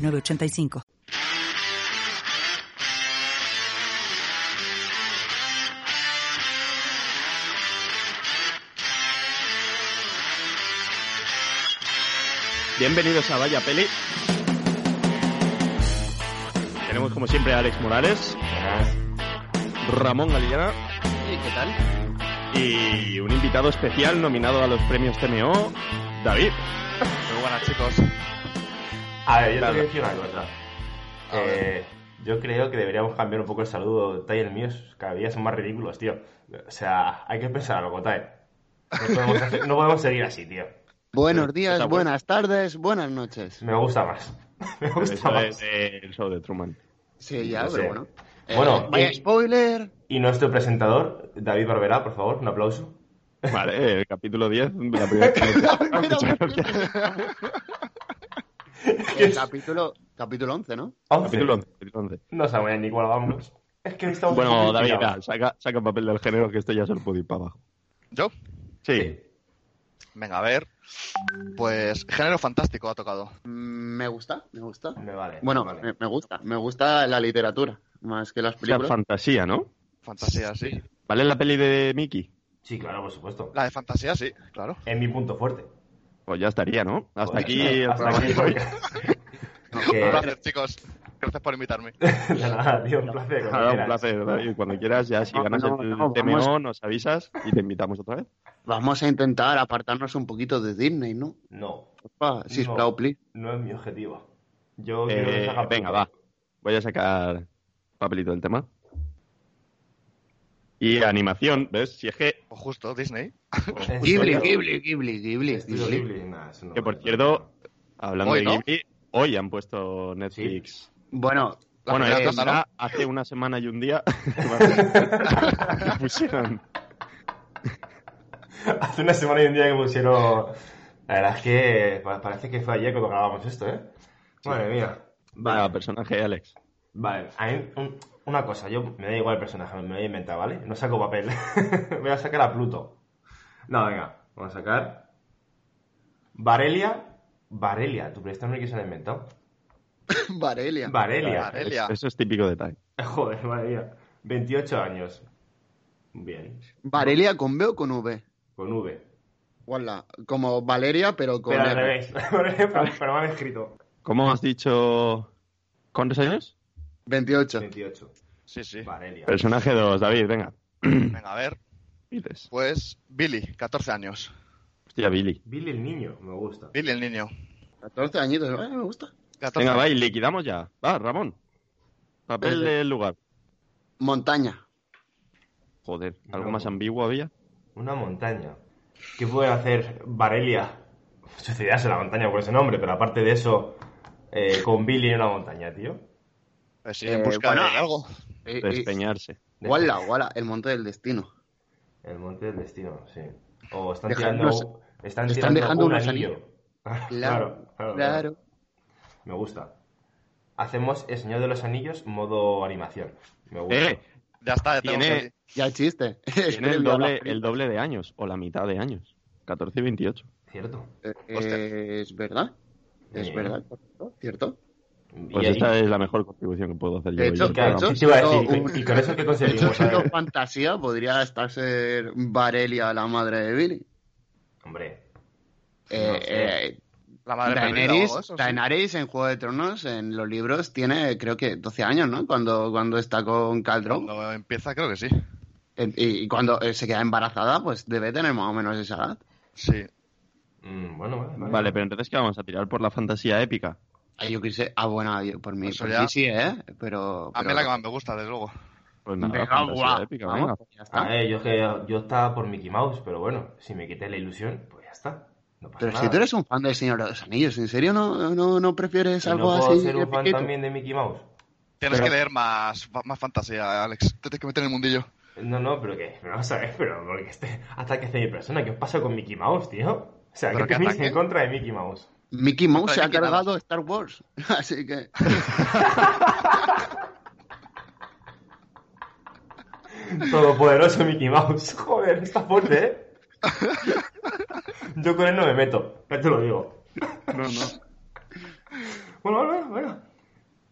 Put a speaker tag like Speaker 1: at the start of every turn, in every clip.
Speaker 1: 985.
Speaker 2: Bienvenidos a Vaya Peli. Tenemos como siempre a Alex Morales, Ramón Galiana
Speaker 3: ¿Qué tal?
Speaker 2: y un invitado especial nominado a los premios TMO, David.
Speaker 3: Muy buenas, chicos.
Speaker 4: A ver, yo
Speaker 2: Claro.
Speaker 4: tengo que decir una cosa.
Speaker 3: A ver.
Speaker 4: Eh, yo creo que deberíamos cambiar un poco el saludo. Tai y el mío es- cada día son más ridículos, tío. O sea, hay que pensar algo, Tai. No podemos, hacer- no podemos seguir así, tío.
Speaker 2: Sí,
Speaker 5: Buenos días,
Speaker 2: está bueno.
Speaker 5: buenas tardes, buenas noches.
Speaker 4: Me gusta más. Me
Speaker 2: Pero
Speaker 4: gusta
Speaker 2: Eso es
Speaker 4: más.
Speaker 2: eh, el show de Truman.
Speaker 5: Sí, ya,
Speaker 4: No sé.
Speaker 5: pero bueno. Eh,
Speaker 4: Bueno,
Speaker 5: vaya
Speaker 4: y-
Speaker 5: spoiler.
Speaker 4: Y nuestro presentador, David Barberá, por favor, un aplauso.
Speaker 2: Vale, el capítulo 10, la primera
Speaker 5: Mira, el capítulo, capítulo 11, ¿no?
Speaker 4: Once.
Speaker 2: Ah, capítulo 11, capítulo 11.
Speaker 4: No sabemos ni cuál vamos. Es que estamos
Speaker 2: Bueno,
Speaker 4: muy
Speaker 2: David,
Speaker 4: inspirados.
Speaker 2: va, saca, saca el papel del género que esto ya se lo puedo ir para abajo.
Speaker 3: ¿Yo?
Speaker 2: Sí,
Speaker 3: Venga, a ver. Pues género fantástico ha tocado.
Speaker 5: Mm, Me gusta, me gusta.
Speaker 4: Me vale.
Speaker 5: Bueno, eh.
Speaker 4: vale.
Speaker 5: me, me gusta, me gusta la literatura más que las
Speaker 2: o sea,
Speaker 5: películas.
Speaker 2: fantasía, ¿no?
Speaker 3: Fantasía, sí.
Speaker 2: ¿Vale la peli de Mickey?
Speaker 4: Sí, claro, por supuesto.
Speaker 3: La de fantasía, sí, claro.
Speaker 4: Es mi punto fuerte.
Speaker 2: Pues ya estaría, ¿no? Hasta
Speaker 4: Joder,
Speaker 2: aquí
Speaker 4: tío,
Speaker 2: el
Speaker 4: hasta
Speaker 2: programa
Speaker 4: aquí el
Speaker 2: de hoy.
Speaker 4: podcast.
Speaker 3: Un
Speaker 4: Que-
Speaker 3: placer, chicos. Gracias por invitarme.
Speaker 4: De nada, tío, un placer. cuando
Speaker 2: Nada, un
Speaker 4: quieras.
Speaker 2: placer, David. Cuando quieras, ya si
Speaker 5: No,
Speaker 2: ganas
Speaker 5: no,
Speaker 2: el
Speaker 5: no,
Speaker 2: TMO,
Speaker 5: vamos.
Speaker 2: nos avisas y te invitamos otra vez.
Speaker 5: Vamos a intentar apartarnos un poquito de Disney, ¿no?
Speaker 4: No,
Speaker 5: Opa, si
Speaker 4: No.
Speaker 5: please.
Speaker 4: no es mi objetivo. Yo
Speaker 2: Eh,
Speaker 4: quiero que se haga
Speaker 2: venga,
Speaker 4: pronto.
Speaker 2: va. Voy a sacar papelito del tema. Y animación, ¿ves? Si es que,
Speaker 3: O Pues justo, Disney.
Speaker 4: Es
Speaker 5: Ghibli,
Speaker 4: estilo-
Speaker 5: Ghibli, Ghibli, Ghibli,
Speaker 4: estilo
Speaker 5: Ghibli.
Speaker 4: Ghibli, nada, eso no-
Speaker 2: que por cierto, hablando
Speaker 3: Hoy,
Speaker 2: de
Speaker 3: ¿no?
Speaker 2: Ghibli, hoy han puesto Netflix.
Speaker 5: Bueno,
Speaker 3: La
Speaker 2: Bueno,
Speaker 3: primera
Speaker 5: eh,
Speaker 3: cosa, ¿no?
Speaker 2: ya hace una semana y un día pusieron.
Speaker 4: Hace una semana y un día que pusieron. La verdad es que pa- parece que fue ayer cuando grabamos esto, ¿eh? Madre mía.
Speaker 2: Vale, personaje Alex.
Speaker 4: Vale, a mí, un- una cosa, yo me da igual el personaje, me lo voy a inventar, ¿vale? No saco papel. voy a sacar a Pluto. No, venga, vamos a sacar. Varelia. Varelia, tu este nombre que se lo ha inventado.
Speaker 5: Varelia.
Speaker 4: Varelia.
Speaker 3: Varelia.
Speaker 2: Eso es típico de Tai.
Speaker 4: Joder, madre mía. 28 años. Bien.
Speaker 5: Varelia con B o con V.
Speaker 4: Con V.
Speaker 5: Hola, como Valeria, pero con
Speaker 4: Pero al
Speaker 5: R.
Speaker 4: revés. pero, pero mal escrito.
Speaker 2: ¿Cómo has dicho? ¿Cuántos años?
Speaker 5: 28.
Speaker 4: 28.
Speaker 3: Sí, sí.
Speaker 4: Varelia.
Speaker 2: Personaje 2, David, venga.
Speaker 3: Venga, a ver.
Speaker 2: Dices.
Speaker 3: Pues Billy, 14 años.
Speaker 2: Hostia, Billy.
Speaker 4: Billy el niño, me gusta.
Speaker 3: Billy el niño.
Speaker 5: 14 añitos, eh, me gusta.
Speaker 3: 14
Speaker 2: Venga,
Speaker 3: años.
Speaker 2: va y liquidamos ya. Va, Ramón. Papel
Speaker 5: Vete.
Speaker 2: del lugar.
Speaker 5: Montaña.
Speaker 2: Joder, ¿algo
Speaker 4: No.
Speaker 2: más ambiguo había?
Speaker 4: Una montaña. ¿Qué puede hacer Varelia? Suicidarse en la montaña por ese nombre, pero aparte de eso, eh, con Billy en la montaña, tío.
Speaker 3: Pues sí,
Speaker 5: Eh,
Speaker 3: en busca
Speaker 5: bueno.
Speaker 3: de algo.
Speaker 5: Eh, eh,
Speaker 2: Despeñarse.
Speaker 5: Walla, Walla, el monte del destino.
Speaker 4: El monte del destino, sí. O están
Speaker 5: Dejan
Speaker 4: tirando.
Speaker 5: unos-
Speaker 4: están
Speaker 5: están
Speaker 4: tirando
Speaker 5: dejando
Speaker 4: un
Speaker 5: unos
Speaker 4: anillo.
Speaker 5: Claro, claro.
Speaker 4: Me gusta. Hacemos El Señor de los Anillos modo animación. Me gusta.
Speaker 2: Eh,
Speaker 3: Ya está, ya tenemos
Speaker 2: tiene,
Speaker 3: el-
Speaker 5: Ya el chiste. Oh. Es
Speaker 2: tiene el,
Speaker 5: previo a la
Speaker 2: doble,
Speaker 5: película.
Speaker 2: el doble de años, o la mitad de años. 14 y 28.
Speaker 4: Cierto.
Speaker 5: Eh, eh, es verdad. Es
Speaker 4: Bien.
Speaker 5: verdad, correcto, ¿cierto?
Speaker 2: Pues esta es la mejor contribución que puedo hacer yo.
Speaker 5: De
Speaker 2: hoy
Speaker 5: hecho,
Speaker 2: al
Speaker 5: claro,
Speaker 2: programa.
Speaker 5: hecho,
Speaker 4: Sí, te iba a decir,
Speaker 5: siendo un-
Speaker 4: ¿y con eso qué
Speaker 5: De hecho,
Speaker 4: conseguimos? A
Speaker 5: siendo
Speaker 4: ver.
Speaker 5: fantasía, podría estar ser Varelia, la madre de Billy.
Speaker 4: Hombre,
Speaker 5: Eh,
Speaker 4: No sé.
Speaker 5: eh,
Speaker 3: la madre perdida o
Speaker 5: Daenerys,
Speaker 3: algo, eso, sí.
Speaker 5: Daenerys en Juego de Tronos, en los libros, tiene creo que 12 años, ¿no? Cuando, cuando está con Caldron.
Speaker 3: Cuando empieza, creo que sí.
Speaker 5: Y, y cuando eh, se queda embarazada, pues debe tener más o menos esa edad.
Speaker 3: Sí.
Speaker 4: mm, bueno, vale.
Speaker 2: Vale, pero entonces, ¿qué vamos a tirar por la fantasía épica?
Speaker 5: Ah, Yo quise sé, ah, bueno, yo- por mí,
Speaker 3: Eso
Speaker 5: por
Speaker 3: ya.
Speaker 5: mí sí, ¿eh? Pero.
Speaker 3: A mí
Speaker 5: pero-
Speaker 3: es la que más me gusta, desde luego.
Speaker 2: Pues nada,
Speaker 5: Venga,
Speaker 2: fantasía
Speaker 5: guau,
Speaker 2: épica,
Speaker 5: vamos,
Speaker 2: venga.
Speaker 5: ya está.
Speaker 4: A ver, yo, es que yo estaba por Mickey Mouse, pero bueno, si me quité la ilusión, pues ya está. No pasa
Speaker 5: Pero si
Speaker 4: nada.
Speaker 5: tú eres un fan del Señor de los Anillos, ¿en serio no, no, no prefieres
Speaker 4: ¿Que
Speaker 5: algo
Speaker 4: ¿No puedo
Speaker 5: así?
Speaker 4: ser un fan
Speaker 5: epiquito?
Speaker 4: también de Mickey Mouse?
Speaker 3: Tienes
Speaker 4: Pero-
Speaker 3: que leer más, más fantasía, Alex. Te tienes que meter en el mundillo.
Speaker 4: No, no, pero que, no sabes, pero porque este ataque hace mi persona, ¿qué os pasa con Mickey Mouse, tío? O sea, ¿qué
Speaker 3: ¿Pero qué
Speaker 4: tenéis
Speaker 3: ataque?
Speaker 4: en contra de Mickey Mouse?
Speaker 5: Mickey Mouse
Speaker 3: Otra
Speaker 5: se ha
Speaker 3: Mickey Mouse.
Speaker 5: cargado Star Wars, así que...
Speaker 4: Todopoderoso Mickey Mouse. Joder, está fuerte, ¿eh? Yo con él no me meto, ya te lo digo.
Speaker 5: No, no.
Speaker 4: Bueno, bueno, bueno, bueno.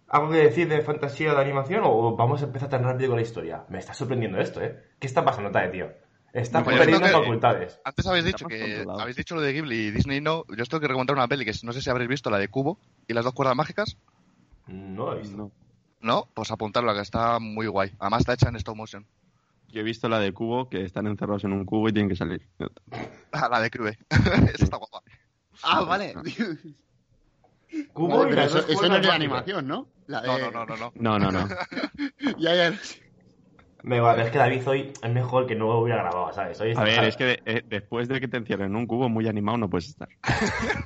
Speaker 4: ¿Algo que decir de fantasía o de animación o vamos a empezar tan rápido con la historia? Me está sorprendiendo esto, ¿eh? ¿Qué está pasando, Tae, tío? Estás
Speaker 3: Pues yo
Speaker 4: perdiendo
Speaker 3: creo que-
Speaker 4: facultades.
Speaker 3: Antes habéis dicho
Speaker 2: Estamos
Speaker 3: que
Speaker 2: controlados.
Speaker 3: habéis dicho lo de Ghibli y Disney no. Yo os tengo que recomendar una peli que no sé si habréis visto, la de Cubo y las dos cuerdas mágicas.
Speaker 4: No lo he visto.
Speaker 2: No.
Speaker 3: No, pues apuntarla que está muy guay. Además está hecha en stop motion.
Speaker 2: Yo he visto la de cubo, que están encerrados en un cubo y tienen que salir.
Speaker 3: Ah, la de Cube. Esa está guapa.
Speaker 5: Ah, vale.
Speaker 4: Cubo y
Speaker 5: Pero
Speaker 4: las
Speaker 5: eso,
Speaker 4: dos
Speaker 5: eso no es
Speaker 4: cuerdas
Speaker 5: de
Speaker 4: mágicas.
Speaker 5: animación, ¿no? La de-
Speaker 3: No, no, no, no, no.
Speaker 2: No, no, no.
Speaker 5: Ya, ya.
Speaker 4: Me va, es que David hoy es mejor que no hubiera grabado, ¿sabes? Hoy
Speaker 2: A
Speaker 4: está-
Speaker 2: ver, es que de- eh, después de que te encierren en un cubo muy animado no puedes estar.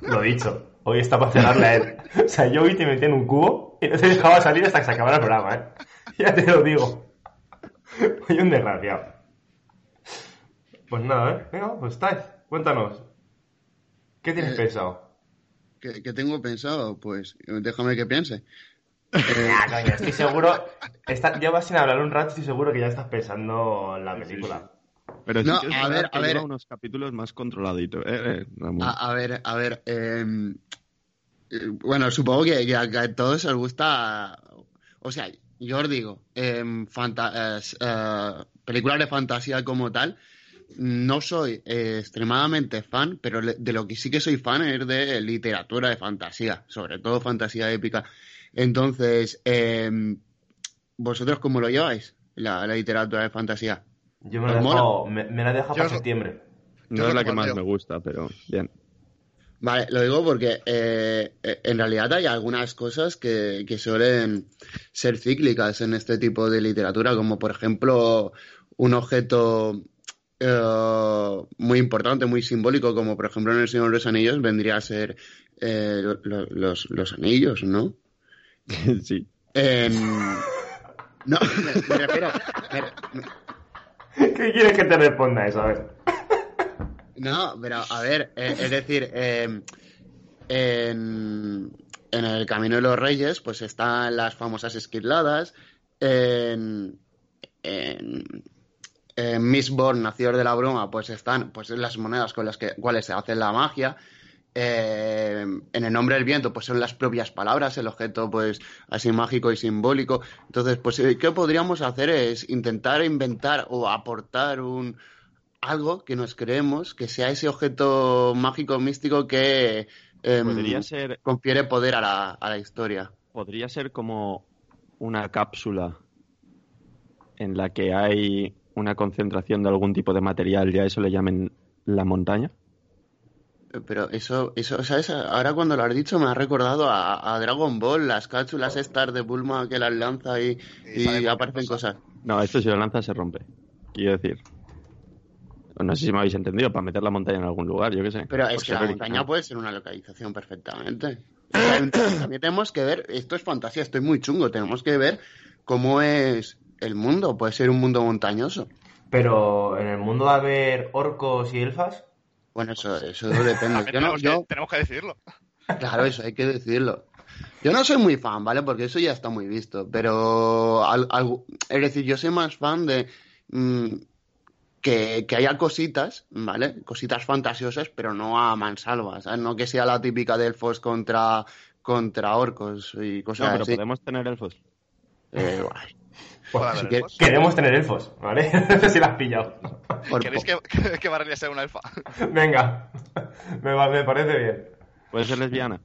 Speaker 4: Lo dicho, hoy está para cerrarle a él. O sea, yo hoy te metí en un cubo y no te dejaba salir hasta que se acabara el programa, ¿eh? Ya te lo digo. Hoy un desgraciado. Pues nada, ¿eh? Venga, pues estáis. Cuéntanos. ¿Qué tienes
Speaker 5: Eh,
Speaker 4: pensado?
Speaker 5: ¿Qué, qué tengo pensado? Pues eh, déjame que piense.
Speaker 4: Ah, coño, estoy seguro. Está, llevas sin hablar un rato, estoy seguro que ya estás pensando en la película.
Speaker 2: Pero
Speaker 5: No,
Speaker 2: sí que
Speaker 5: a
Speaker 2: es verdad
Speaker 5: ver,
Speaker 2: que
Speaker 5: a ver. Ah,
Speaker 2: lleva unos capítulos más controladitos. Eh, eh, Ramón.
Speaker 5: A, a ver, a ver. eh, eh, bueno, supongo que, que a, que a todos os gusta. O sea, yo os digo, em, fanta- eh, s- eh, películas de fantasía como tal, no soy eh, extremadamente fan, pero le- de lo que sí que soy fan es de literatura de fantasía, sobre todo fantasía épica. Entonces, em, ¿vosotros cómo lo lleváis? La, la literatura de fantasía.
Speaker 4: Yo me la he
Speaker 5: Mola.
Speaker 4: dejado, me, me la he dejado
Speaker 3: Yo
Speaker 4: para
Speaker 3: so-
Speaker 4: septiembre.
Speaker 2: no es la que más
Speaker 3: Mateo.
Speaker 2: me gusta, pero bien.
Speaker 5: Vale, lo digo porque eh, eh, en realidad hay algunas cosas que, que suelen ser cíclicas en este tipo de literatura, como por ejemplo un objeto eh, muy importante, muy simbólico, como por ejemplo en el Señor de los Anillos vendría a ser eh, lo- lo- los, los anillos, ¿no?
Speaker 2: sí.
Speaker 5: Em, no, me, me refiero... me-
Speaker 4: ¿Qué quieres que te responda eso? A ver.
Speaker 5: No, pero a ver, eh, es decir, eh, en, en el Camino de los Reyes, pues están las famosas esquirladas. En, en, en Mistborn, Nacidos de la Broma, pues están pues las monedas con las que, cuales se hace la magia. Eh, en el nombre del viento, pues son las propias palabras, el objeto, pues así mágico y simbólico. Entonces, pues, eh, ¿qué podríamos hacer? Es intentar inventar o aportar un, algo que nos creemos que sea ese objeto mágico místico que em,
Speaker 2: Podría ser,
Speaker 5: confiere poder a la, a la historia.
Speaker 2: podría ser como una cápsula en la que hay una concentración de algún tipo de material y a eso le llamen la montaña.
Speaker 5: Pero eso, eso, ¿sabes? Ahora cuando lo has dicho me ha recordado a, a Dragon Ball, las cápsulas estas de Bulma que las lanza y,
Speaker 3: Y
Speaker 5: y
Speaker 3: sale
Speaker 5: aparecen cosas.
Speaker 2: No, esto si lo lanzas se rompe. Quiero decir. No sé si me habéis entendido, para meter la montaña en algún lugar, yo qué sé.
Speaker 5: Pero
Speaker 3: Pues
Speaker 5: es
Speaker 2: Porque
Speaker 5: que la
Speaker 2: es
Speaker 5: montaña
Speaker 2: original.
Speaker 5: puede ser una localización perfectamente. También tenemos que ver, esto es fantasía, estoy muy chungo, tenemos que ver cómo es el mundo, puede ser un mundo montañoso.
Speaker 4: Pero en el mundo va a haber orcos y elfas.
Speaker 5: Bueno, eso, eso depende. Yo no-
Speaker 3: tenemos,
Speaker 5: yo-
Speaker 3: que, tenemos que decirlo.
Speaker 5: Claro, eso hay que decirlo. Yo no soy muy fan, ¿vale? Porque eso ya está muy visto, pero al- algo- es decir, yo soy más fan de mm, que, que haya cositas, ¿vale? Cositas fantasiosas, pero no a mansalvas, ¿sabes? No que sea la típica de elfos contra, contra orcos y
Speaker 2: No,
Speaker 5: cosas
Speaker 2: pero
Speaker 5: así.
Speaker 2: podemos tener elfos.
Speaker 5: Eh, guay.
Speaker 4: Pues,
Speaker 3: Para ver,
Speaker 5: que-
Speaker 3: pues.
Speaker 4: Queremos tener elfos, ¿vale? No sé si la has pillado.
Speaker 5: Por-
Speaker 3: ¿Queréis que, que, que Barrelia sea una elfa?
Speaker 4: Venga, me, va- me parece bien.
Speaker 2: Puede ser lesbiana.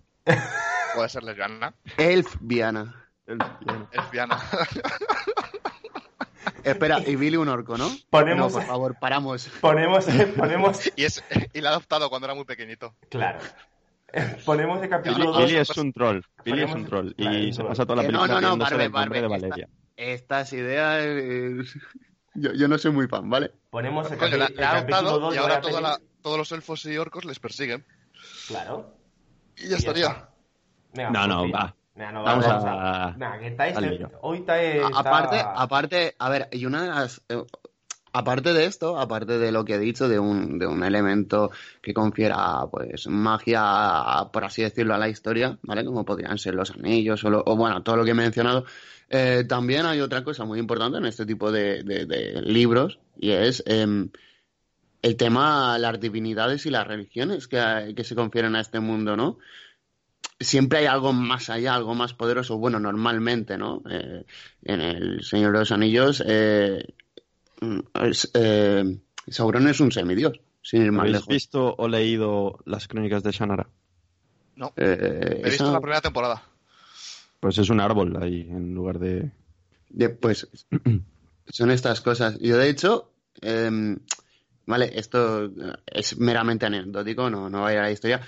Speaker 3: Puede ser lesbiana,
Speaker 5: Elf Viana.
Speaker 2: Lesbiana.
Speaker 3: lesbiana.
Speaker 5: Espera, y Billy un orco, ¿no?
Speaker 4: Ponemos-
Speaker 5: No, por favor, paramos.
Speaker 4: Ponemos, ponemos,
Speaker 3: y, es, y la ha adoptado cuando era muy pequeñito.
Speaker 4: claro. Ponemos el capítulo
Speaker 2: Billy
Speaker 4: 2.
Speaker 2: es un troll. Billy es un troll.
Speaker 4: Claro,
Speaker 2: Y
Speaker 4: es
Speaker 2: se
Speaker 4: un
Speaker 2: pasa toda la
Speaker 5: Que no,
Speaker 2: película
Speaker 5: no, no,
Speaker 2: riéndose
Speaker 5: Barbe,
Speaker 2: del nombre de
Speaker 5: Barbe, que
Speaker 2: Valeria.
Speaker 5: Estas ideas... eh, Yo, yo no soy muy fan, ¿vale?
Speaker 4: Ponemos el,
Speaker 3: Coño, la,
Speaker 4: capi-
Speaker 3: la ha
Speaker 4: el capítulo
Speaker 3: adoptado
Speaker 4: 2
Speaker 3: y
Speaker 4: de
Speaker 3: ahora
Speaker 4: la
Speaker 3: toda
Speaker 4: peli.
Speaker 3: la- todos los elfos y orcos les persiguen.
Speaker 4: Claro.
Speaker 3: Y ya
Speaker 4: Y ya
Speaker 3: estaría.
Speaker 4: está. Venga,
Speaker 2: No, no,
Speaker 4: Pupi.
Speaker 2: va.
Speaker 4: Venga, no,
Speaker 2: Vamos
Speaker 4: vamos
Speaker 2: a-
Speaker 4: a... Venga, que estáis...
Speaker 2: al lío.
Speaker 4: Hoy estáis...
Speaker 5: A- Aparte, aparte, a ver, y una de las. eh, aparte de esto, aparte de lo que he dicho, de un, de un elemento que confiera, pues, magia, por así decirlo, a la historia, ¿vale? Como podrían ser los anillos o, lo- o, bueno, todo lo que he mencionado. eh, también hay otra cosa muy importante en este tipo de, de- de libros y es em, el tema las divinidades y las religiones que, que se confieren a este mundo, ¿no? Siempre hay algo más allá, algo más poderoso, bueno, normalmente, ¿no? Eh, en el Señor de los Anillos, eh, mm, es, eh, Sauron es un semidios, sin ir más
Speaker 2: ¿Habéis
Speaker 5: lejos.
Speaker 2: visto o leído las crónicas de Shannara?
Speaker 3: No.
Speaker 5: Eh,
Speaker 3: He visto
Speaker 5: esa-
Speaker 3: la primera temporada.
Speaker 2: Pues es un árbol ahí en lugar de...
Speaker 5: de- pues son estas cosas. Yo, de hecho, em, vale, esto eh, es meramente anecdótico, no, no va a ir a la historia,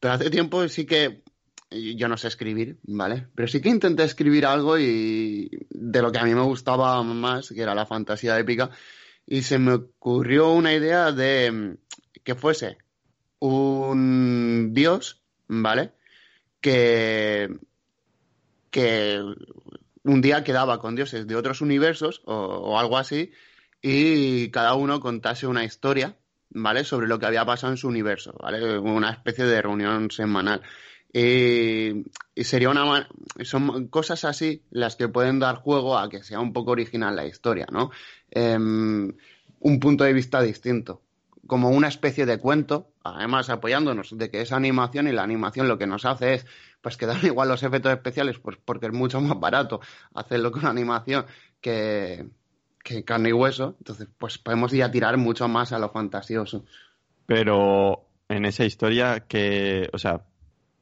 Speaker 5: pero hace tiempo sí que yo no sé escribir, ¿vale? Pero sí que intenté escribir algo y de lo que a mí me gustaba más, que era la fantasía épica, y se me ocurrió una idea de mm, que fuese un dios, ¿vale? Que, que un día quedaba con dioses de otros universos o, o algo así y cada uno contase una historia, ¿vale? Sobre lo que había pasado en su universo, ¿vale? Una especie de reunión semanal. Y, y sería una... ma- Son cosas así las que pueden dar juego a que sea un poco original la historia, ¿no? Em, un punto de vista distinto, como una especie de cuento, además apoyándonos de que es animación y la animación lo que nos hace es, pues que dan igual los efectos especiales, pues porque es mucho más barato hacerlo con animación que, que carne y hueso, entonces pues podemos ya tirar mucho más a lo fantasioso.
Speaker 2: Pero en esa historia que... O sea,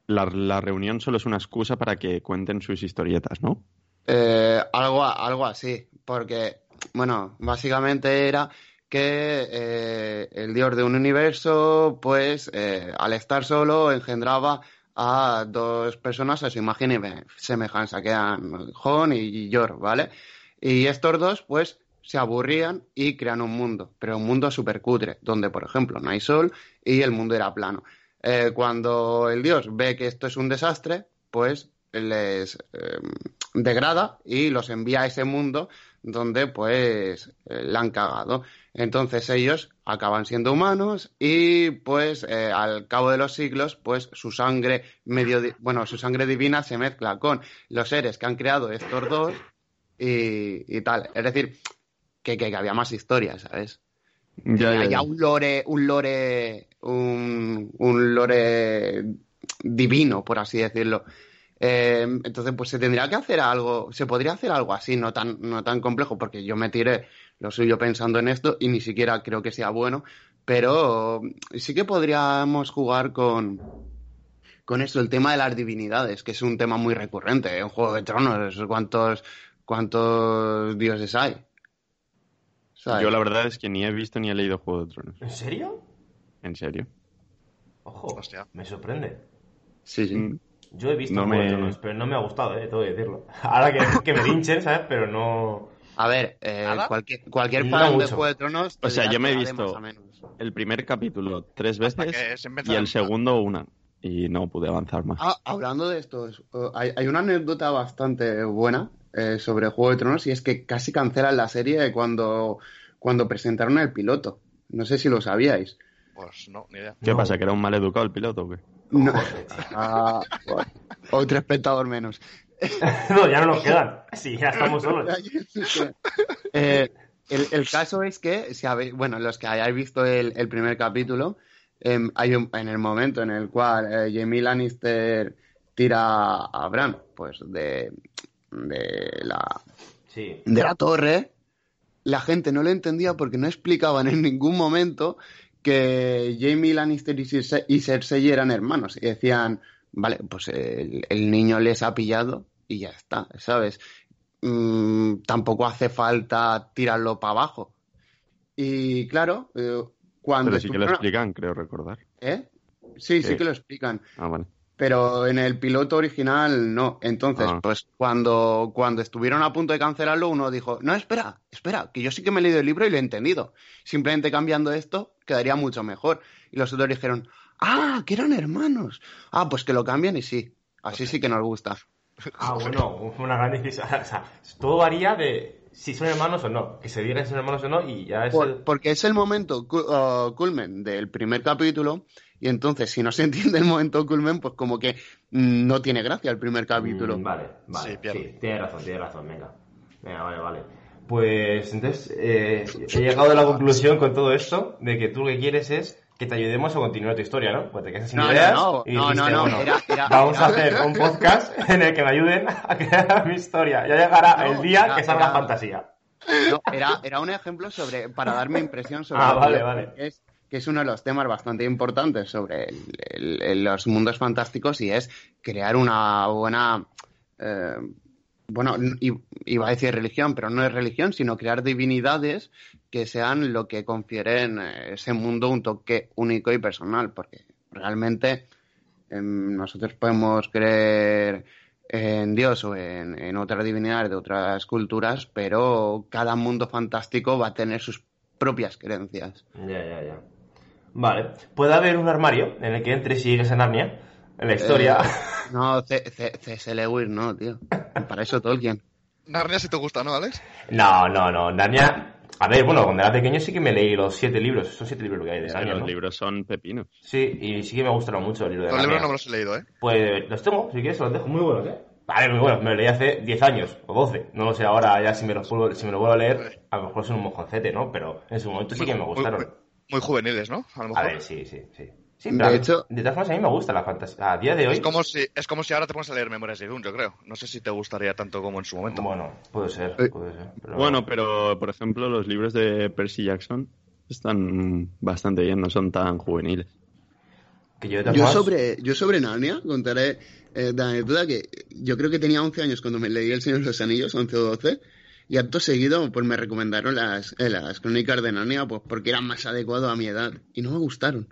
Speaker 2: la, la reunión solo es una excusa para que cuenten sus historietas, ¿no?
Speaker 5: Eh, algo, a- algo así, porque, bueno, básicamente era que eh, el dios de un universo, pues, eh, al estar solo, engendraba a dos personas a su imagen y ve- semejanza, que eran Jon y Yor, ¿vale? Y estos dos, pues, se aburrían y crean un mundo, pero un mundo supercutre, donde, por ejemplo, no hay sol y el mundo era plano. Eh, cuando el dios ve que esto es un desastre, pues les eh, degrada y los envía a ese mundo donde pues eh, la han cagado. Entonces ellos acaban siendo humanos y pues eh, al cabo de los siglos pues su sangre medio di- bueno su sangre divina se mezcla con los seres que han creado estos dos y, y tal. Es decir, que, que, que había más historias, ¿sabes?
Speaker 2: Ya,
Speaker 5: Hay un lore, un lore, un, un lore divino, por así decirlo. Eh, entonces, pues se tendría que hacer algo, se podría hacer algo así, no tan, no tan complejo, porque yo me tiré lo suyo pensando en esto y ni siquiera creo que sea bueno, pero sí que podríamos jugar con, con eso, el tema de las divinidades, que es un tema muy recurrente en Juego de Tronos, cuántos, cuántos dioses hay. ¿Sabes?
Speaker 2: Yo la verdad es que ni he visto ni he leído Juego de Tronos,
Speaker 4: ¿En serio?
Speaker 2: en serio.
Speaker 4: Ojo,
Speaker 3: Hostia.
Speaker 4: me sorprende.
Speaker 5: Sí, sí.
Speaker 2: Mm,
Speaker 4: Yo he visto
Speaker 2: No
Speaker 4: Juego de
Speaker 2: me-
Speaker 4: Tronos, pero no me ha gustado, eh, tengo que decirlo. Ahora que, que me linchen, ¿sabes? Pero no...
Speaker 5: A ver, eh,
Speaker 3: ¿Nada?
Speaker 5: cualquier, cualquier
Speaker 4: No
Speaker 5: fan de
Speaker 4: mucho.
Speaker 5: Juego de Tronos. te
Speaker 2: O sea,
Speaker 5: dirá
Speaker 2: yo me he
Speaker 5: que va de
Speaker 2: visto-
Speaker 5: más a menos.
Speaker 2: El primer capítulo tres
Speaker 3: Hasta que
Speaker 2: veces
Speaker 3: se inventa
Speaker 2: y
Speaker 3: la
Speaker 2: el
Speaker 3: mitad.
Speaker 2: segundo una. Y no pude avanzar más.
Speaker 5: Ah, hablando de esto, es- eh, hay, hay una anécdota bastante buena eh, sobre Juego de Tronos y es que casi cancelan la serie cuando, cuando presentaron el piloto. No sé si lo sabíais.
Speaker 3: Pues no, ni idea.
Speaker 2: ¿Qué
Speaker 4: no.
Speaker 2: pasa? ¿Que era un mal educado el piloto o qué?
Speaker 5: No. Ah, bueno. otro espectador menos.
Speaker 4: no, ya no nos quedan. Sí, ya estamos solos.
Speaker 5: Eh, el, el caso es que, si habéis- bueno, los que hayáis visto el, el primer capítulo, em, hay un- en el momento en el cual eh, Jamie Lannister tira a Bran, pues de, de, la,
Speaker 4: Sí.
Speaker 5: de la torre, la gente no lo entendía porque no explicaban en ningún momento que Jamie Lannister y Cerse- y Cersei, eran hermanos. Y decían, vale, pues el, el niño les ha pillado y ya está, ¿sabes? Mm, tampoco hace falta tirarlo para abajo. Y claro, eh, cuando...
Speaker 2: Pero sí que lo
Speaker 5: estuvieron-
Speaker 2: explican, creo recordar.
Speaker 5: ¿Eh? Sí, sí
Speaker 2: Sí.
Speaker 5: que lo explican
Speaker 2: Ah, vale.
Speaker 5: pero en el piloto original no. Entonces,
Speaker 2: Ah.
Speaker 5: pues cuando, cuando estuvieron a punto de cancelarlo, uno dijo, no, espera, espera, que yo sí que me he leído el libro y lo he entendido. Simplemente cambiando esto quedaría mucho mejor. Y los otros dijeron, Ah, que eran hermanos. Ah, pues que lo cambian y sí. Así sí que nos gusta.
Speaker 4: Ah, bueno, una gran decisión. O sea, todo varía de si son hermanos o no. Que se diga si son hermanos o no y ya es.
Speaker 5: Por-
Speaker 4: el-
Speaker 5: porque es el momento cu- uh, culmen del primer capítulo y entonces si no se entiende el momento culmen, pues como que mm, no tiene gracia el primer capítulo.
Speaker 4: Mm, Vale, vale.
Speaker 3: Sí,
Speaker 4: Sí,
Speaker 3: pierde.
Speaker 4: tienes razón, tienes razón, venga. Venga, vale, vale. Pues entonces eh, he llegado a la conclusión con todo esto de que tú lo que quieres es que te ayudemos a continuar tu historia, ¿no? Pues te quedas sin
Speaker 5: No, no,
Speaker 4: ideas
Speaker 5: no,
Speaker 4: y
Speaker 5: no, no,
Speaker 4: dijiste,
Speaker 5: no,
Speaker 4: bueno,
Speaker 5: era- era-
Speaker 4: vamos a
Speaker 5: era-
Speaker 4: hacer un podcast en el que me ayuden a crear mi historia. Ya llegará
Speaker 5: No,
Speaker 4: el día
Speaker 5: era-
Speaker 4: que salga
Speaker 5: era-
Speaker 4: fantasía.
Speaker 5: No, era, era un ejemplo sobre para dar mi impresión sobre
Speaker 4: Ah,
Speaker 5: el
Speaker 4: vale,
Speaker 5: libro,
Speaker 4: vale.
Speaker 5: que es que es uno de los temas bastante importantes sobre el- el- el- los mundos fantásticos y es crear una buena eh, bueno n- i- iba a decir religión pero no es religión sino crear divinidades que sean lo que confieren a ese mundo un toque único y personal porque realmente em, nosotros podemos creer en Dios o en, en otras divinidades de otras culturas, pero cada mundo fantástico va a tener sus propias creencias.
Speaker 4: Ya, ya, ya. Vale. ¿Puede haber un armario en el que entres y llegues a Narnia? En la historia.
Speaker 5: Eh, no, C- C- C.S. Lewis no, tío. Para eso Tolkien.
Speaker 3: Narnia si te gusta, ¿no, Alex?
Speaker 4: No, no, no. Narnia. A ver, bueno, cuando era pequeño sí que me leí los siete libros. Son siete libros lo que hay de
Speaker 2: Es que
Speaker 4: Narnia.
Speaker 2: los
Speaker 4: ¿no?
Speaker 2: libros son pepinos.
Speaker 4: Sí, y sí que me gustaron mucho los libros de
Speaker 3: Los
Speaker 4: Narnia.
Speaker 3: libros no me los he leído, ¿eh?
Speaker 4: Pues los tengo, si quieres, se los dejo. Muy buenos, ¿eh? Vale, muy buenos. Me los leí hace 10 años o 12. No lo sé, ahora ya si me los, vuelvo- si me los vuelvo a leer, a lo mejor son un mojoncete, ¿no? Pero en su momento sí que me
Speaker 3: Muy,
Speaker 4: gustaron.
Speaker 3: muy juveniles, ¿no? A lo mejor.
Speaker 4: A ver, sí, sí, sí. Sí,
Speaker 5: De
Speaker 4: pero a mí-
Speaker 5: hecho-
Speaker 4: de todas formas a mí me gusta la fantasía. A día de hoy,
Speaker 3: Es como, si, es como si ahora te pones a leer Memorias de Dune, yo creo. No sé si te gustaría tanto como en su momento.
Speaker 4: bueno, puede ser,
Speaker 5: Eh,
Speaker 4: puede ser. pero-
Speaker 2: Bueno, pero por ejemplo, los libros de Percy Jackson están bastante bien, no son tan juveniles.
Speaker 4: que yo, de todas
Speaker 5: Yo
Speaker 4: formas-
Speaker 5: sobre, yo sobre Narnia contaré eh, de anécdota que yo creo que tenía 11 años cuando me leí El Señor de los Anillos, 11 o 12, y acto seguido pues me recomendaron las, eh, las crónicas de Narnia pues porque eran más adecuado a mi edad y no me gustaron.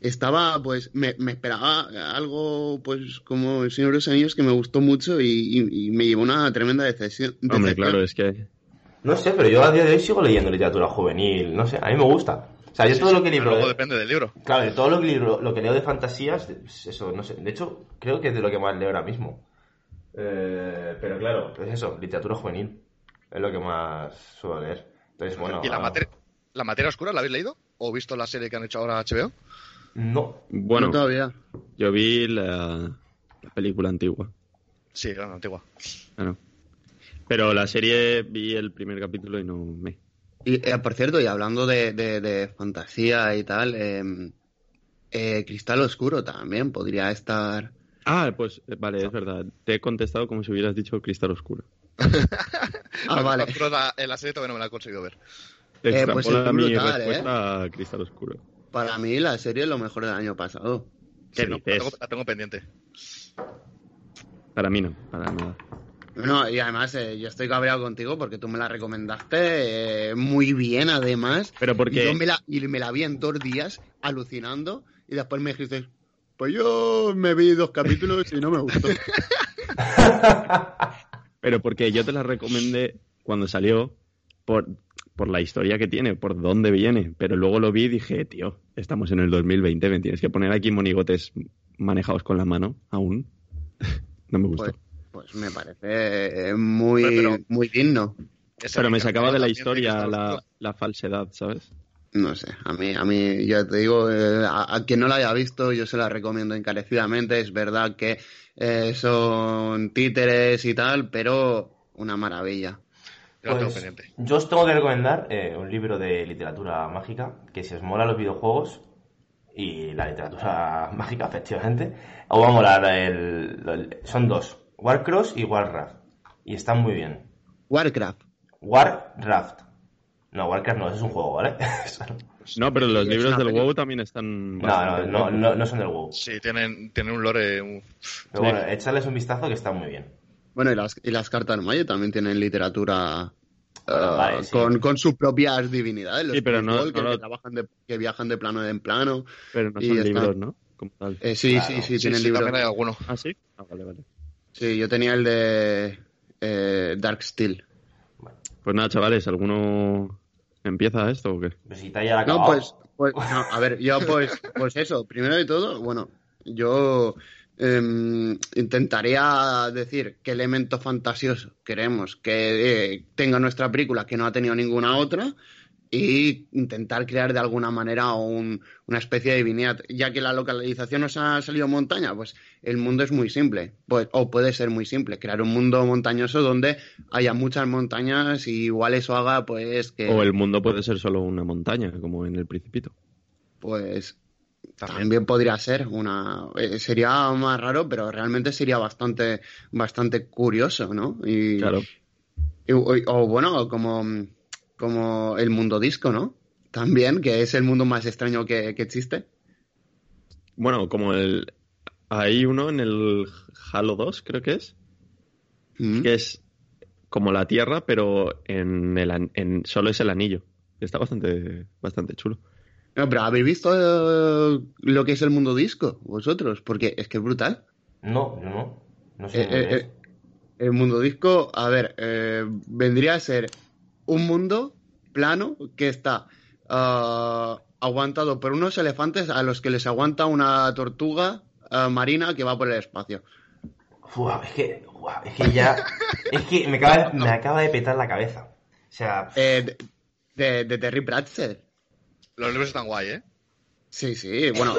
Speaker 5: Estaba, pues, me, me esperaba algo, pues, como El Señor de los Anillos que me gustó mucho y, y- y me llevó una tremenda decepción.
Speaker 2: Hombre,
Speaker 5: decepción.
Speaker 2: claro, es que
Speaker 4: No sé, pero yo a día de hoy sigo leyendo literatura juvenil, no sé, a mí me gusta. O sea, yo
Speaker 3: Sí,
Speaker 4: todo
Speaker 3: sí,
Speaker 4: lo que
Speaker 3: pero
Speaker 4: libro... eh?
Speaker 3: Luego depende del libro.
Speaker 4: Claro, de todo lo que, libro- lo que leo de fantasías, de- pues eso, no sé. De hecho, creo que es de lo que más leo ahora mismo. Eh, pero claro, es eso, literatura juvenil. Es lo que más suelo leer. Entonces, bueno.
Speaker 3: ¿Y la,
Speaker 4: ah,
Speaker 3: mater- la materia oscura la habéis leído? ¿O visto la serie que han hecho ahora HBO?
Speaker 4: No.
Speaker 5: No
Speaker 2: bueno,
Speaker 5: todavía.
Speaker 2: yo vi la, la película antigua.
Speaker 3: Sí, la antigua.
Speaker 2: claro. Pero la serie vi el primer capítulo y no me.
Speaker 5: Y, eh, por cierto, y hablando de, de- de fantasía y tal, eh, eh, Cristal Oscuro también podría estar...
Speaker 2: Ah, pues eh, vale, es verdad. Te he contestado como si hubieras dicho Cristal Oscuro.
Speaker 5: Ah,
Speaker 3: La-
Speaker 5: vale.
Speaker 3: oscura la- en la serie todavía no me la he conseguido ver.
Speaker 2: Te
Speaker 5: Eh, pues
Speaker 2: extrapola
Speaker 5: es
Speaker 2: mi
Speaker 5: brutal, ¿eh?
Speaker 2: respuesta a Cristal Oscuro.
Speaker 5: Para mí la serie es lo mejor del año pasado.
Speaker 2: ¿Qué
Speaker 3: Sí, no, la,
Speaker 2: dices?
Speaker 3: tengo, la tengo pendiente.
Speaker 2: Para mí no, para nada.
Speaker 5: No, y además eh, yo estoy cabreado contigo porque tú me la recomendaste eh, muy bien además.
Speaker 2: Pero
Speaker 5: Y,
Speaker 2: porque...
Speaker 5: yo me la, y me la vi en dos días alucinando y después me dijiste, pues yo me vi dos capítulos y no me gustó.
Speaker 2: Pero porque yo te la recomendé cuando salió por, por la historia que tiene, por dónde viene. Pero luego lo vi y dije, tío, estamos en el 2020, me tienes que poner aquí monigotes manejados con la mano aún. no me gustó.
Speaker 5: Pues, pues me parece eh, muy,
Speaker 3: Pero-
Speaker 5: muy digno.
Speaker 3: Ese
Speaker 2: Pero me
Speaker 3: encantó
Speaker 2: sacaba de la
Speaker 3: también
Speaker 2: historia
Speaker 3: Cristal
Speaker 2: la,
Speaker 3: Oscuro.
Speaker 2: la falsedad, ¿sabes?
Speaker 5: No sé, a mí, a mí, ya te digo, eh, a, a quien no la haya visto, yo se la recomiendo encarecidamente. Es verdad que eh, son títeres y tal, pero una maravilla.
Speaker 3: Yo la tengo
Speaker 4: Pues,
Speaker 3: pendiente.
Speaker 4: yo os tengo que recomendar eh, un libro de literatura mágica que si os mola los videojuegos y la literatura mágica, efectivamente, os va a molar. el- el- son dos, Warcross y Warcraft. Y están muy bien.
Speaker 5: Warcraft.
Speaker 4: Warcraft. No, Warcraft no, eso es un juego, ¿vale? Eso no.
Speaker 2: No, pero los
Speaker 5: es
Speaker 2: libros
Speaker 5: una
Speaker 2: del
Speaker 5: peli-
Speaker 2: WoW también están...
Speaker 4: No, no,
Speaker 2: bastante
Speaker 4: no,
Speaker 2: guapos.
Speaker 4: no, no son del WoW.
Speaker 3: Sí, tienen, tienen un lore. un-
Speaker 4: Pero
Speaker 2: Sí.
Speaker 4: bueno, echarles un vistazo que están muy bien.
Speaker 5: Bueno, y las, y las cartas Maya también tienen literatura
Speaker 4: Bueno,
Speaker 5: eh,
Speaker 4: Ah, vale, sí.
Speaker 5: con, con sus propias divinidades. Los
Speaker 2: Sí, pero no-
Speaker 5: Kree que,
Speaker 2: no lo-
Speaker 5: que trabajan de- que viajan de plano en plano.
Speaker 2: Pero no
Speaker 5: Y
Speaker 2: son
Speaker 5: está.
Speaker 2: libros, ¿no? Como tal.
Speaker 5: Eh, sí,
Speaker 4: Claro.
Speaker 5: sí, sí,
Speaker 3: Sí,
Speaker 5: tienen
Speaker 3: sí,
Speaker 5: libros.
Speaker 3: también hay alguno.
Speaker 2: ¿Ah, sí? Ah, vale, vale.
Speaker 5: Sí, yo tenía el de eh, Dark Steel.
Speaker 2: Pues nada, chavales, ¿alguno empieza esto o qué?
Speaker 4: Pero si te haya
Speaker 5: No,
Speaker 4: acabado.
Speaker 5: pues, Pues, no, a ver, yo pues, pues eso, primero de todo, bueno, yo eh, intentaría decir qué elemento fantasioso queremos que eh, tenga nuestra película que no ha tenido ninguna otra y intentar crear de alguna manera un- una especie de viñeta. Ya que la localización nos ha salido montaña, pues el mundo es muy simple, pues, o puede ser muy simple, crear un mundo montañoso donde haya muchas montañas y igual eso haga pues que...
Speaker 2: O el mundo puede ser solo una montaña, como en El Principito.
Speaker 5: Pues también podría ser una. eh, sería más raro, pero realmente sería bastante, bastante curioso, ¿no? Y,
Speaker 2: Claro.
Speaker 5: y- o, o bueno, como, como el mundo disco, ¿no? También, que es el mundo más extraño que, que existe.
Speaker 2: Bueno, como el. Hay uno en el Halo 2, creo que es,
Speaker 5: Mm.
Speaker 2: que es como la Tierra, pero en el an- en- solo es el anillo. Está bastante, bastante chulo.
Speaker 5: No, pero ¿habéis visto eh, lo que es el mundo disco vosotros? Porque es que es brutal.
Speaker 4: No, no, no. No sé.
Speaker 5: Eh, eh, eh, el mundo disco, a ver, eh, vendría a ser un mundo plano que está ah, aguantado por unos elefantes a los que les aguanta una tortuga ah, marina que va por el espacio.
Speaker 4: Fua, es que, fua, es que ya. Es que me acaba, me acaba de petar la cabeza. O sea,
Speaker 5: Eh, de, de- de Terry Pratchett.
Speaker 3: Los libros están guay, ¿eh?
Speaker 5: Sí, sí, bueno.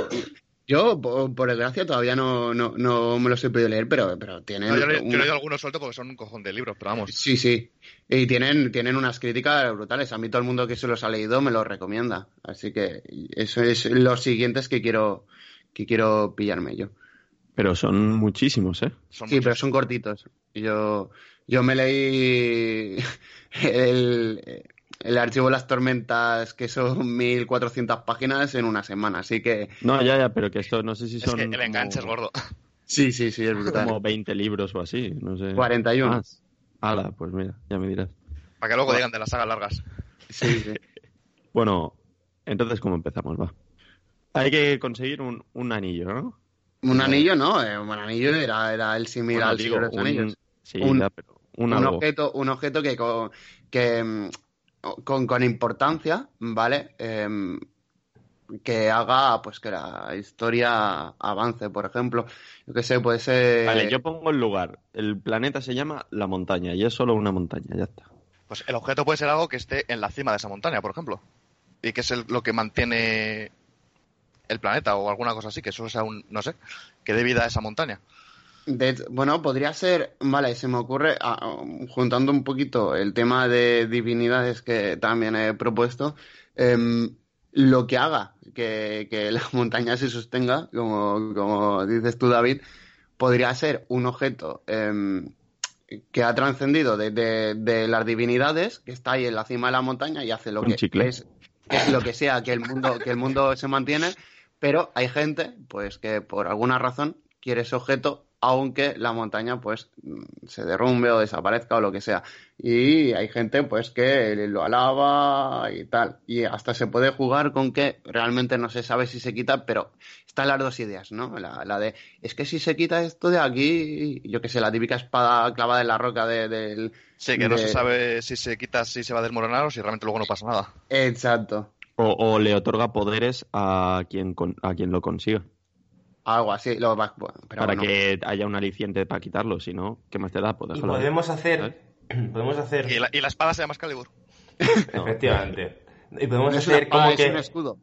Speaker 5: Yo, po- por desgracia, todavía no, no, no me los he podido leer, pero, pero tienen.
Speaker 3: No, yo, le, yo
Speaker 5: una-
Speaker 3: leí algunos sueltos porque son un cojón de libros, pero vamos.
Speaker 5: Sí, sí. Y tienen, tienen unas críticas brutales. A mí todo el mundo que se los ha leído me los recomienda. Así que eso es los siguientes que quiero, que quiero pillarme yo.
Speaker 2: Pero son muchísimos, ¿eh?
Speaker 3: Son
Speaker 5: Sí,
Speaker 3: muchos.
Speaker 5: pero son cortitos. Yo, yo me leí el, el archivo de las tormentas, que son 1400 páginas en una semana. Así que
Speaker 2: No, ya, ya, pero que esto no sé si
Speaker 3: Es
Speaker 2: son.
Speaker 3: que el enganche es
Speaker 2: como-
Speaker 3: gordo.
Speaker 5: sí, sí, sí, es
Speaker 2: Como
Speaker 5: brutal.
Speaker 2: 20 libros o así, no sé.
Speaker 5: 41.
Speaker 2: Más. Ala, pues mira, ya me dirás.
Speaker 3: Para que luego digan de las sagas largas.
Speaker 5: Sí, sí.
Speaker 2: Bueno, entonces, ¿cómo empezamos? Va. Hay que conseguir un, un anillo, ¿no?
Speaker 5: Un anillo, no. eh, Un anillo era, era el similar
Speaker 2: Bueno,
Speaker 5: al
Speaker 2: digo,
Speaker 5: Señor de los
Speaker 2: un-
Speaker 5: Anillos.
Speaker 2: Sí,
Speaker 5: Un-
Speaker 2: ya, pero un,
Speaker 5: un,
Speaker 2: algo.
Speaker 5: objeto, un objeto que con, que, mm, con, con importancia, ¿vale? Em, que haga pues que la historia avance, por ejemplo. Yo qué sé, puede ser.
Speaker 4: Eh,
Speaker 2: Vale, yo pongo el lugar. El planeta se llama la montaña y es solo una montaña, ya está.
Speaker 3: Pues el objeto puede ser algo que esté en la cima de esa montaña, por ejemplo. Y que es el- lo que mantiene el planeta o alguna cosa así, que eso sea un, no sé, que dé vida a esa montaña.
Speaker 5: de hecho, bueno, podría ser. Vale, se me ocurre, ah, ah, juntando un poquito el tema de divinidades que también he propuesto, em, lo que haga que, que la montaña se sostenga, como, como dices tú, David, podría ser un objeto em, que ha trascendido de, de- de las divinidades, que está ahí en la cima de la montaña y hace lo
Speaker 2: Un
Speaker 5: que,
Speaker 2: chicle.
Speaker 5: es, que es lo que sea, que el mundo, que el mundo se mantiene, pero hay gente, pues, que por alguna razón quiere ese objeto, aunque la montaña, pues, mm, se derrumbe o desaparezca o lo que sea. Y hay gente, pues, que lo alaba y tal. Y hasta se puede jugar con que realmente no se sabe si se quita, pero están las dos ideas, ¿no? La, la de, es que si se quita esto de aquí, yo que sé, la típica espada clavada en la roca de- del...
Speaker 3: Sí, que no se
Speaker 5: de-
Speaker 3: sabe si se quita, si se va a desmoronar o si realmente luego no pasa nada.
Speaker 5: Exacto,
Speaker 2: O, o le otorga poderes a quien, con- a quien lo consiga.
Speaker 5: algo así. Lo, va- bueno, pero
Speaker 2: para
Speaker 5: bueno.
Speaker 2: que haya un aliciente para quitarlo, si no, ¿qué más te da? Pues
Speaker 4: y
Speaker 2: déjalo ahí.
Speaker 4: podemos hacer. Podemos hacer.
Speaker 3: Y la, y la espada se llama Excalibur.
Speaker 2: No.
Speaker 4: Efectivamente. Y
Speaker 5: No
Speaker 4: podemos
Speaker 5: es una
Speaker 4: hacer
Speaker 5: espada,
Speaker 4: como
Speaker 5: es
Speaker 4: que.
Speaker 5: un escudo.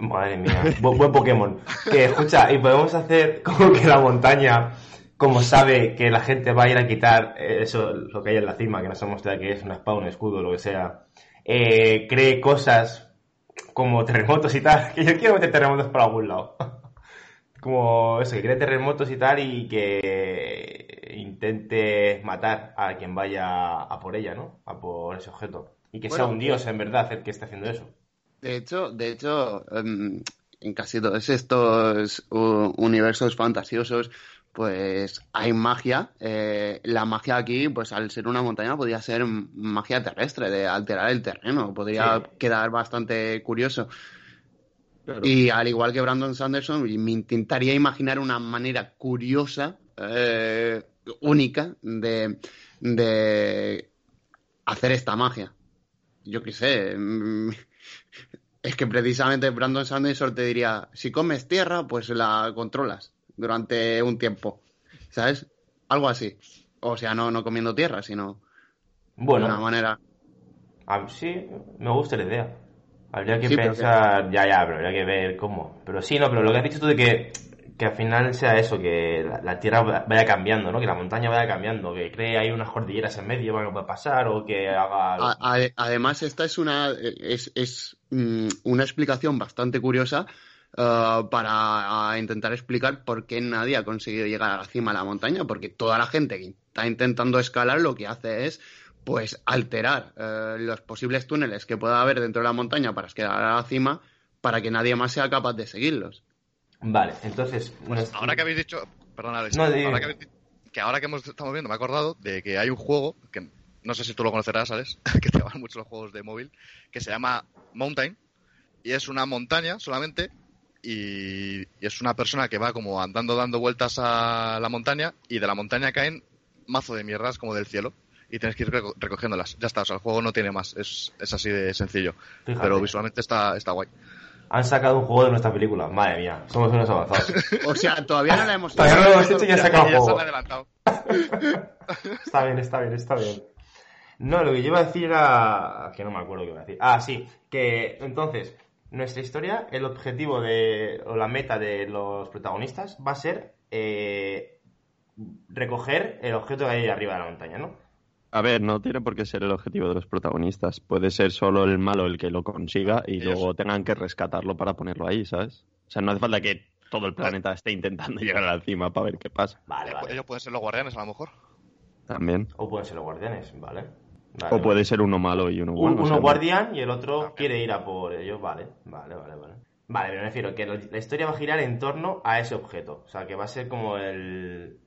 Speaker 4: Madre mía, bu- buen Pokémon. Que escucha, y podemos hacer como que la montaña, como sabe que la gente va a ir a quitar eh, eso, lo que hay en la cima, que no sabemos ya que es una espada, un escudo, lo que sea, eh, cree cosas como terremotos y tal, que yo quiero meter terremotos por algún lado. Como eso, que cree terremotos y tal y que intente matar a quien vaya a por ella, ¿no? A por ese objeto. Y que sea
Speaker 5: Bueno,
Speaker 4: un dios, en verdad, el que esté haciendo eso.
Speaker 5: De hecho, de hecho, em, en casi todos estos u- universos fantasiosos, pues hay magia. Eh, la magia aquí, pues al ser una montaña, podría ser m- magia terrestre, de alterar el terreno. Podría
Speaker 4: Sí.
Speaker 5: quedar bastante curioso.
Speaker 2: Claro.
Speaker 5: Y al igual que Brandon Sanderson, y me intentaría imaginar una manera curiosa, eh, única, de, de hacer esta magia. Yo qué sé. mm, Es que precisamente Brandon Sanderson te diría, si comes tierra, pues la controlas durante un tiempo, ¿sabes? Algo así. O sea, no, no comiendo tierra, sino de una
Speaker 4: Bueno,
Speaker 5: manera...
Speaker 4: a- sí, me gusta la idea. Habría que
Speaker 5: Sí, pero
Speaker 4: pensar, ya, ya, pero habría que ver cómo. Pero sí, no, pero lo que has dicho tú de que, que al final sea eso, que la, la tierra va- vaya cambiando, ¿no? Que la montaña vaya cambiando, que cree ahí unas cordilleras en medio para que pueda pasar o que haga...
Speaker 3: Ah.
Speaker 5: A- a- además, esta es una, e, es, es, mm, una explicación bastante curiosa ah, para intentar explicar por qué nadie ha conseguido llegar a la cima de la montaña, porque toda la gente que está intentando escalar lo que hace es pues alterar eh, los posibles túneles que pueda haber dentro de la montaña para escalar a la cima para que nadie más sea capaz de seguirlos.
Speaker 4: Vale, entonces... nos-
Speaker 3: Pues Ahora que habéis dicho, perdón, Alex,
Speaker 4: No, dime.
Speaker 3: ahora que, habéis di- que ahora que hemos- estamos viendo, me he acordado de que hay un juego que no sé si tú lo conocerás, Alex, que te van mucho los juegos de móvil, que se llama Mountain y es una montaña solamente y, y es una persona que va como andando dando vueltas a la montaña y de la montaña caen mazo de mierdas como del cielo y tienes que ir reco- recogiéndolas. Ya está, o sea, el juego no tiene más, es, es así de sencillo,
Speaker 4: fíjate.
Speaker 3: pero visualmente está, está guay.
Speaker 4: Han sacado un juego de nuestra película. Madre mía, somos unos avanzados.
Speaker 5: O sea, todavía no la hemos
Speaker 4: Todavía no lo hemos hecho y ya se ha
Speaker 3: Ya,
Speaker 4: sacado
Speaker 3: ya se
Speaker 4: juego.
Speaker 3: han adelantado.
Speaker 4: Está bien, está bien, está bien. No, lo que yo iba a decir era... Que no me acuerdo qué iba a decir. Ah, sí. Que entonces, nuestra historia, el objetivo de... o la meta de los protagonistas va a ser eh, recoger el objeto que hay arriba de la montaña, ¿no?
Speaker 2: A ver, no tiene por qué ser el objetivo de los protagonistas. Puede ser solo el malo el que lo consiga y
Speaker 3: Ellos.
Speaker 2: luego tengan que rescatarlo para ponerlo ahí, ¿sabes? O sea, no hace falta que todo el planeta esté intentando llegar a la cima para ver qué pasa.
Speaker 4: Vale, vale.
Speaker 3: Eh, Ellos pueden ser los guardianes a lo mejor.
Speaker 2: También.
Speaker 4: O pueden ser los guardianes, ¿vale? Vale,
Speaker 2: O puede ser uno malo y uno
Speaker 4: Un-
Speaker 2: bueno. o
Speaker 4: uno
Speaker 2: sea, no- Ah,
Speaker 4: guardián y el otro quiere ir a por ellos, vale, vale, vale, vale. Vale, pero me refiero que la la historia va a girar en torno a ese objeto. O sea, que va a ser como el,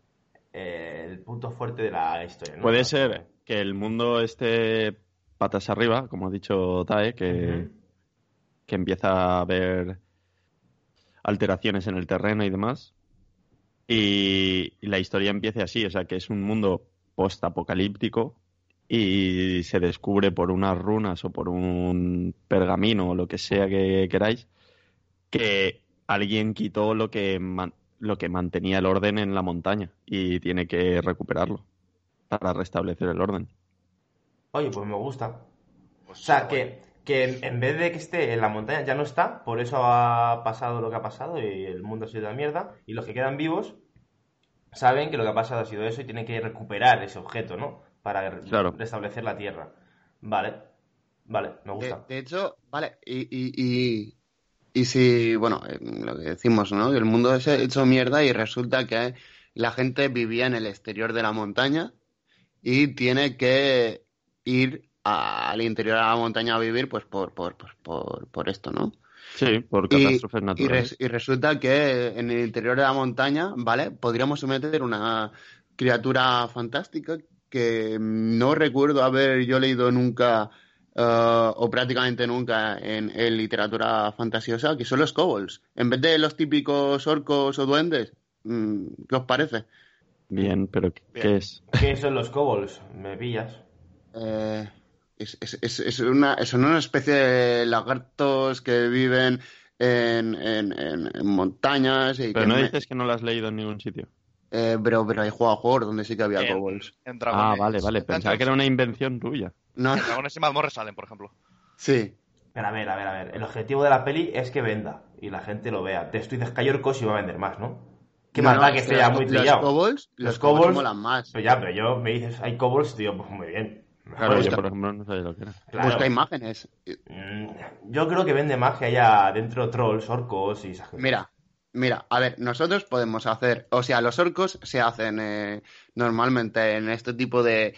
Speaker 4: eh, el punto fuerte de la historia, ¿no?
Speaker 2: Puede ser ¿eh? que el mundo esté patas arriba, como ha dicho Tae, que,
Speaker 4: Ujú.
Speaker 2: que empieza a haber alteraciones en el terreno y demás. Y, y la historia empiece así, o sea, que es un mundo post-apocalíptico y se descubre por unas runas o por un pergamino o lo que sea que queráis que alguien quitó lo que, man- lo que mantenía el orden en la montaña y tiene que recuperarlo para restablecer el orden.
Speaker 4: Oye, pues me gusta. O
Speaker 3: Pues
Speaker 4: sea,
Speaker 3: está guay.
Speaker 4: que, que en- en vez de que esté en la montaña ya no está, por eso ha pasado lo que ha pasado y el mundo ha sido la mierda. Y los que quedan vivos saben que lo que ha pasado ha sido eso y tienen que recuperar ese objeto, ¿no? Para re-
Speaker 2: Claro.
Speaker 4: restablecer la tierra. Vale, vale, me
Speaker 5: De,
Speaker 4: gusta.
Speaker 5: de hecho, vale, y, y, y- y si, bueno, eh, lo que decimos, ¿no? Que el mundo se ha hecho mierda y resulta que la gente vivía en el exterior de la montaña y tiene que ir a- al interior de la montaña a vivir, pues por, por, por, por, por esto, ¿no?
Speaker 2: Sí, por
Speaker 5: Y-
Speaker 2: catástrofes
Speaker 5: Y,
Speaker 2: naturales.
Speaker 5: res- y resulta que en el interior de la montaña, ¿vale? Podríamos meter una criatura fantástica que no recuerdo haber yo leído nunca eh, o prácticamente nunca en, en literatura fantasiosa, que son los kobolds. En vez de los típicos orcos o duendes, mm, ¿qué os parece?
Speaker 2: Bien, pero ¿qué,
Speaker 3: Bien.
Speaker 2: qué es?
Speaker 4: ¿Qué son los kobolds? ¿Me pillas?
Speaker 5: Eh, es, es- es- es una, son una especie de lagartos que viven en, en- en- en montañas y
Speaker 2: Pero
Speaker 5: que
Speaker 2: no
Speaker 5: me-
Speaker 2: dices que no lo has leído en ningún sitio.
Speaker 5: Eh, pero, pero hay juego a juegos donde sí que había
Speaker 3: En-
Speaker 5: kobolds.
Speaker 3: en Dragon
Speaker 2: Ah,
Speaker 3: Age.
Speaker 2: vale, vale.
Speaker 3: En
Speaker 2: Pensaba que era
Speaker 3: Dungeons-
Speaker 2: una invención tuya.
Speaker 5: No,
Speaker 3: en Dragones y Mazmorras salen, por ejemplo.
Speaker 5: sí.
Speaker 4: Pero a ver, a ver, a ver. El objetivo de la peli es que venda y la gente lo vea. Te estoy descayorco si va a vender más, ¿no? Qué
Speaker 5: No,
Speaker 4: más da
Speaker 5: no,
Speaker 4: que
Speaker 5: los-
Speaker 4: esté ya muy
Speaker 5: los
Speaker 4: pillado.
Speaker 5: kobolds,
Speaker 4: Los
Speaker 5: los kobolds
Speaker 4: kobolds-
Speaker 5: molan más.
Speaker 4: Pero ya, pero yo me dices, hay kobolds, tío, pues muy bien. Pues
Speaker 2: Claro,
Speaker 5: Busca-
Speaker 2: yo por ejemplo no sabía lo que era.
Speaker 4: Claro.
Speaker 5: Busca imágenes.
Speaker 4: Mm, Yo creo que vende más que haya dentro trolls, orcos y esas cosas.
Speaker 5: Mira, mira, a ver, nosotros podemos hacer, o sea, los orcos se hacen eh, normalmente en este tipo de,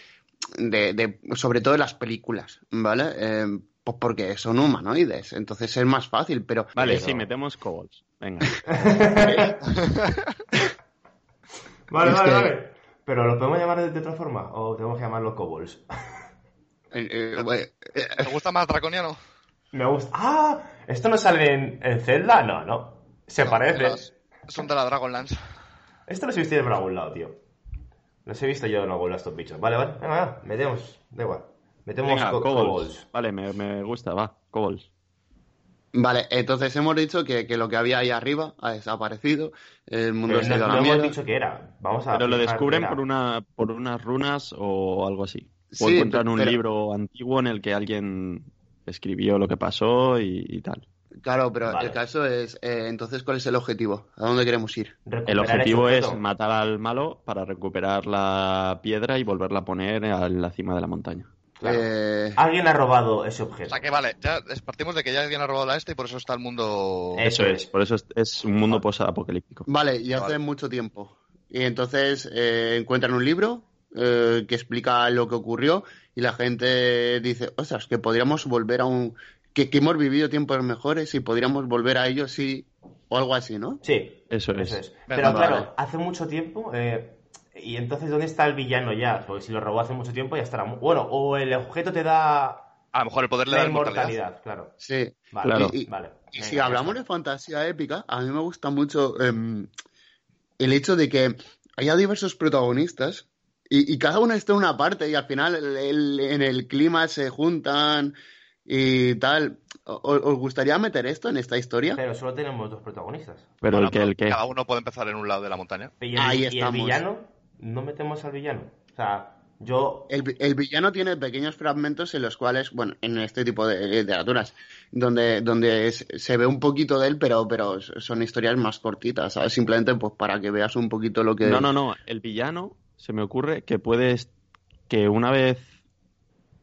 Speaker 5: de, de- sobre todo en las películas, ¿vale? Eh, pues porque son humanoides, entonces es más fácil, pero
Speaker 2: Vale,
Speaker 5: pero-
Speaker 2: sí, metemos kobolds. Venga.
Speaker 4: Vale,
Speaker 5: Es
Speaker 4: vale,
Speaker 5: que-
Speaker 4: vale. Pero ¿los podemos llamar de, de otra forma? ¿O tenemos que llamarlos kobolds?
Speaker 5: eh, eh, bueno, eh,
Speaker 3: ¿Te gusta más draconiano?
Speaker 4: Me gusta. ¡Ah! ¿Esto no sale en, en Zelda? No, no. Se
Speaker 3: No,
Speaker 4: parece.
Speaker 3: de las- Son de la Dragonlance.
Speaker 4: Esto los he visto yo por algún lado, tío. Los he visto yo en algún lado estos bichos. Vale, vale. Venga, venga, metemos. Da igual. Metemos
Speaker 2: Venga,
Speaker 4: co-
Speaker 2: kobolds. Vale, me, me gusta, va, kobolds.
Speaker 5: Vale, entonces hemos dicho que, que lo que había ahí arriba ha desaparecido, el mundo
Speaker 4: Pero
Speaker 5: se ha ido
Speaker 4: no,
Speaker 5: a
Speaker 4: no
Speaker 5: la
Speaker 4: Pues hemos
Speaker 5: mierda.
Speaker 4: dicho que era. Vamos a
Speaker 2: Pero lo
Speaker 4: fijar qué
Speaker 2: descubren
Speaker 4: era.
Speaker 2: por, una, por unas runas o algo así. O
Speaker 5: Sí,
Speaker 2: encuentran un
Speaker 5: pero-
Speaker 2: libro antiguo en el que alguien escribió lo que pasó y, y tal.
Speaker 5: Claro, pero
Speaker 4: Vale.
Speaker 5: el caso es, eh, entonces, ¿cuál es el objetivo? ¿A dónde queremos ir?
Speaker 4: Recuperar
Speaker 2: El
Speaker 4: ese
Speaker 2: objetivo es
Speaker 4: objeto.
Speaker 2: matar al malo para recuperar la piedra y volverla a poner en la cima de la montaña.
Speaker 4: Claro.
Speaker 5: Eh,
Speaker 2: Ah.
Speaker 4: Alguien ha robado ese
Speaker 3: O
Speaker 4: objeto.
Speaker 3: sea que vale, ya partimos de que ya alguien ha robado la este y por eso está el mundo.
Speaker 4: Eh, Eso
Speaker 2: Eso es,
Speaker 4: es.
Speaker 2: por eso es, es un mundo posapocalíptico.
Speaker 5: Vale, y hace
Speaker 3: Vale.
Speaker 5: mucho tiempo. Y entonces eh, encuentran un libro eh, que explica lo que ocurrió y la gente dice, ostras, que podríamos volver a un... Que, que hemos vivido tiempos mejores y podríamos volver a ellos y... o algo así, ¿no?
Speaker 4: Sí,
Speaker 2: Eso
Speaker 4: eso
Speaker 2: es.
Speaker 4: es. Pero
Speaker 5: vale.
Speaker 4: claro, hace mucho tiempo. eh, y entonces, ¿dónde está el villano ya? Porque si lo robó hace mucho tiempo, ya estará. mu- Bueno, o el objeto te da
Speaker 3: A lo mejor el poder le
Speaker 4: la
Speaker 3: da inmortalidad.
Speaker 4: inmortalidad, claro.
Speaker 5: Sí.
Speaker 4: Vale,
Speaker 2: Claro.
Speaker 5: Y- y-
Speaker 4: vale.
Speaker 5: Y
Speaker 4: Venga,
Speaker 5: si
Speaker 4: ya
Speaker 5: hablamos de
Speaker 4: está.
Speaker 5: fantasía épica, a mí me gusta mucho em, el hecho de que haya diversos protagonistas y, y cada uno está en una parte y al final el- el- en el clima se juntan y tal. O- o- ¿Os gustaría meter esto en esta historia?
Speaker 4: Pero solo tenemos dos protagonistas.
Speaker 2: Pero
Speaker 3: Bueno,
Speaker 2: el que, el que.
Speaker 3: Cada uno puede empezar en un lado de la montaña.
Speaker 4: Y el,
Speaker 5: Ahí
Speaker 4: y el
Speaker 5: estamos.
Speaker 4: villano, no metemos al villano. O sea, yo.
Speaker 5: El, vi- el villano tiene pequeños fragmentos en los cuales, bueno, en este tipo de literaturas, donde, donde es- se ve un poquito de él, pero, pero son historias más cortitas, ¿sabes? Simplemente pues para que veas un poquito lo que...
Speaker 2: No, no, no. El villano se me ocurre que puedes. que una vez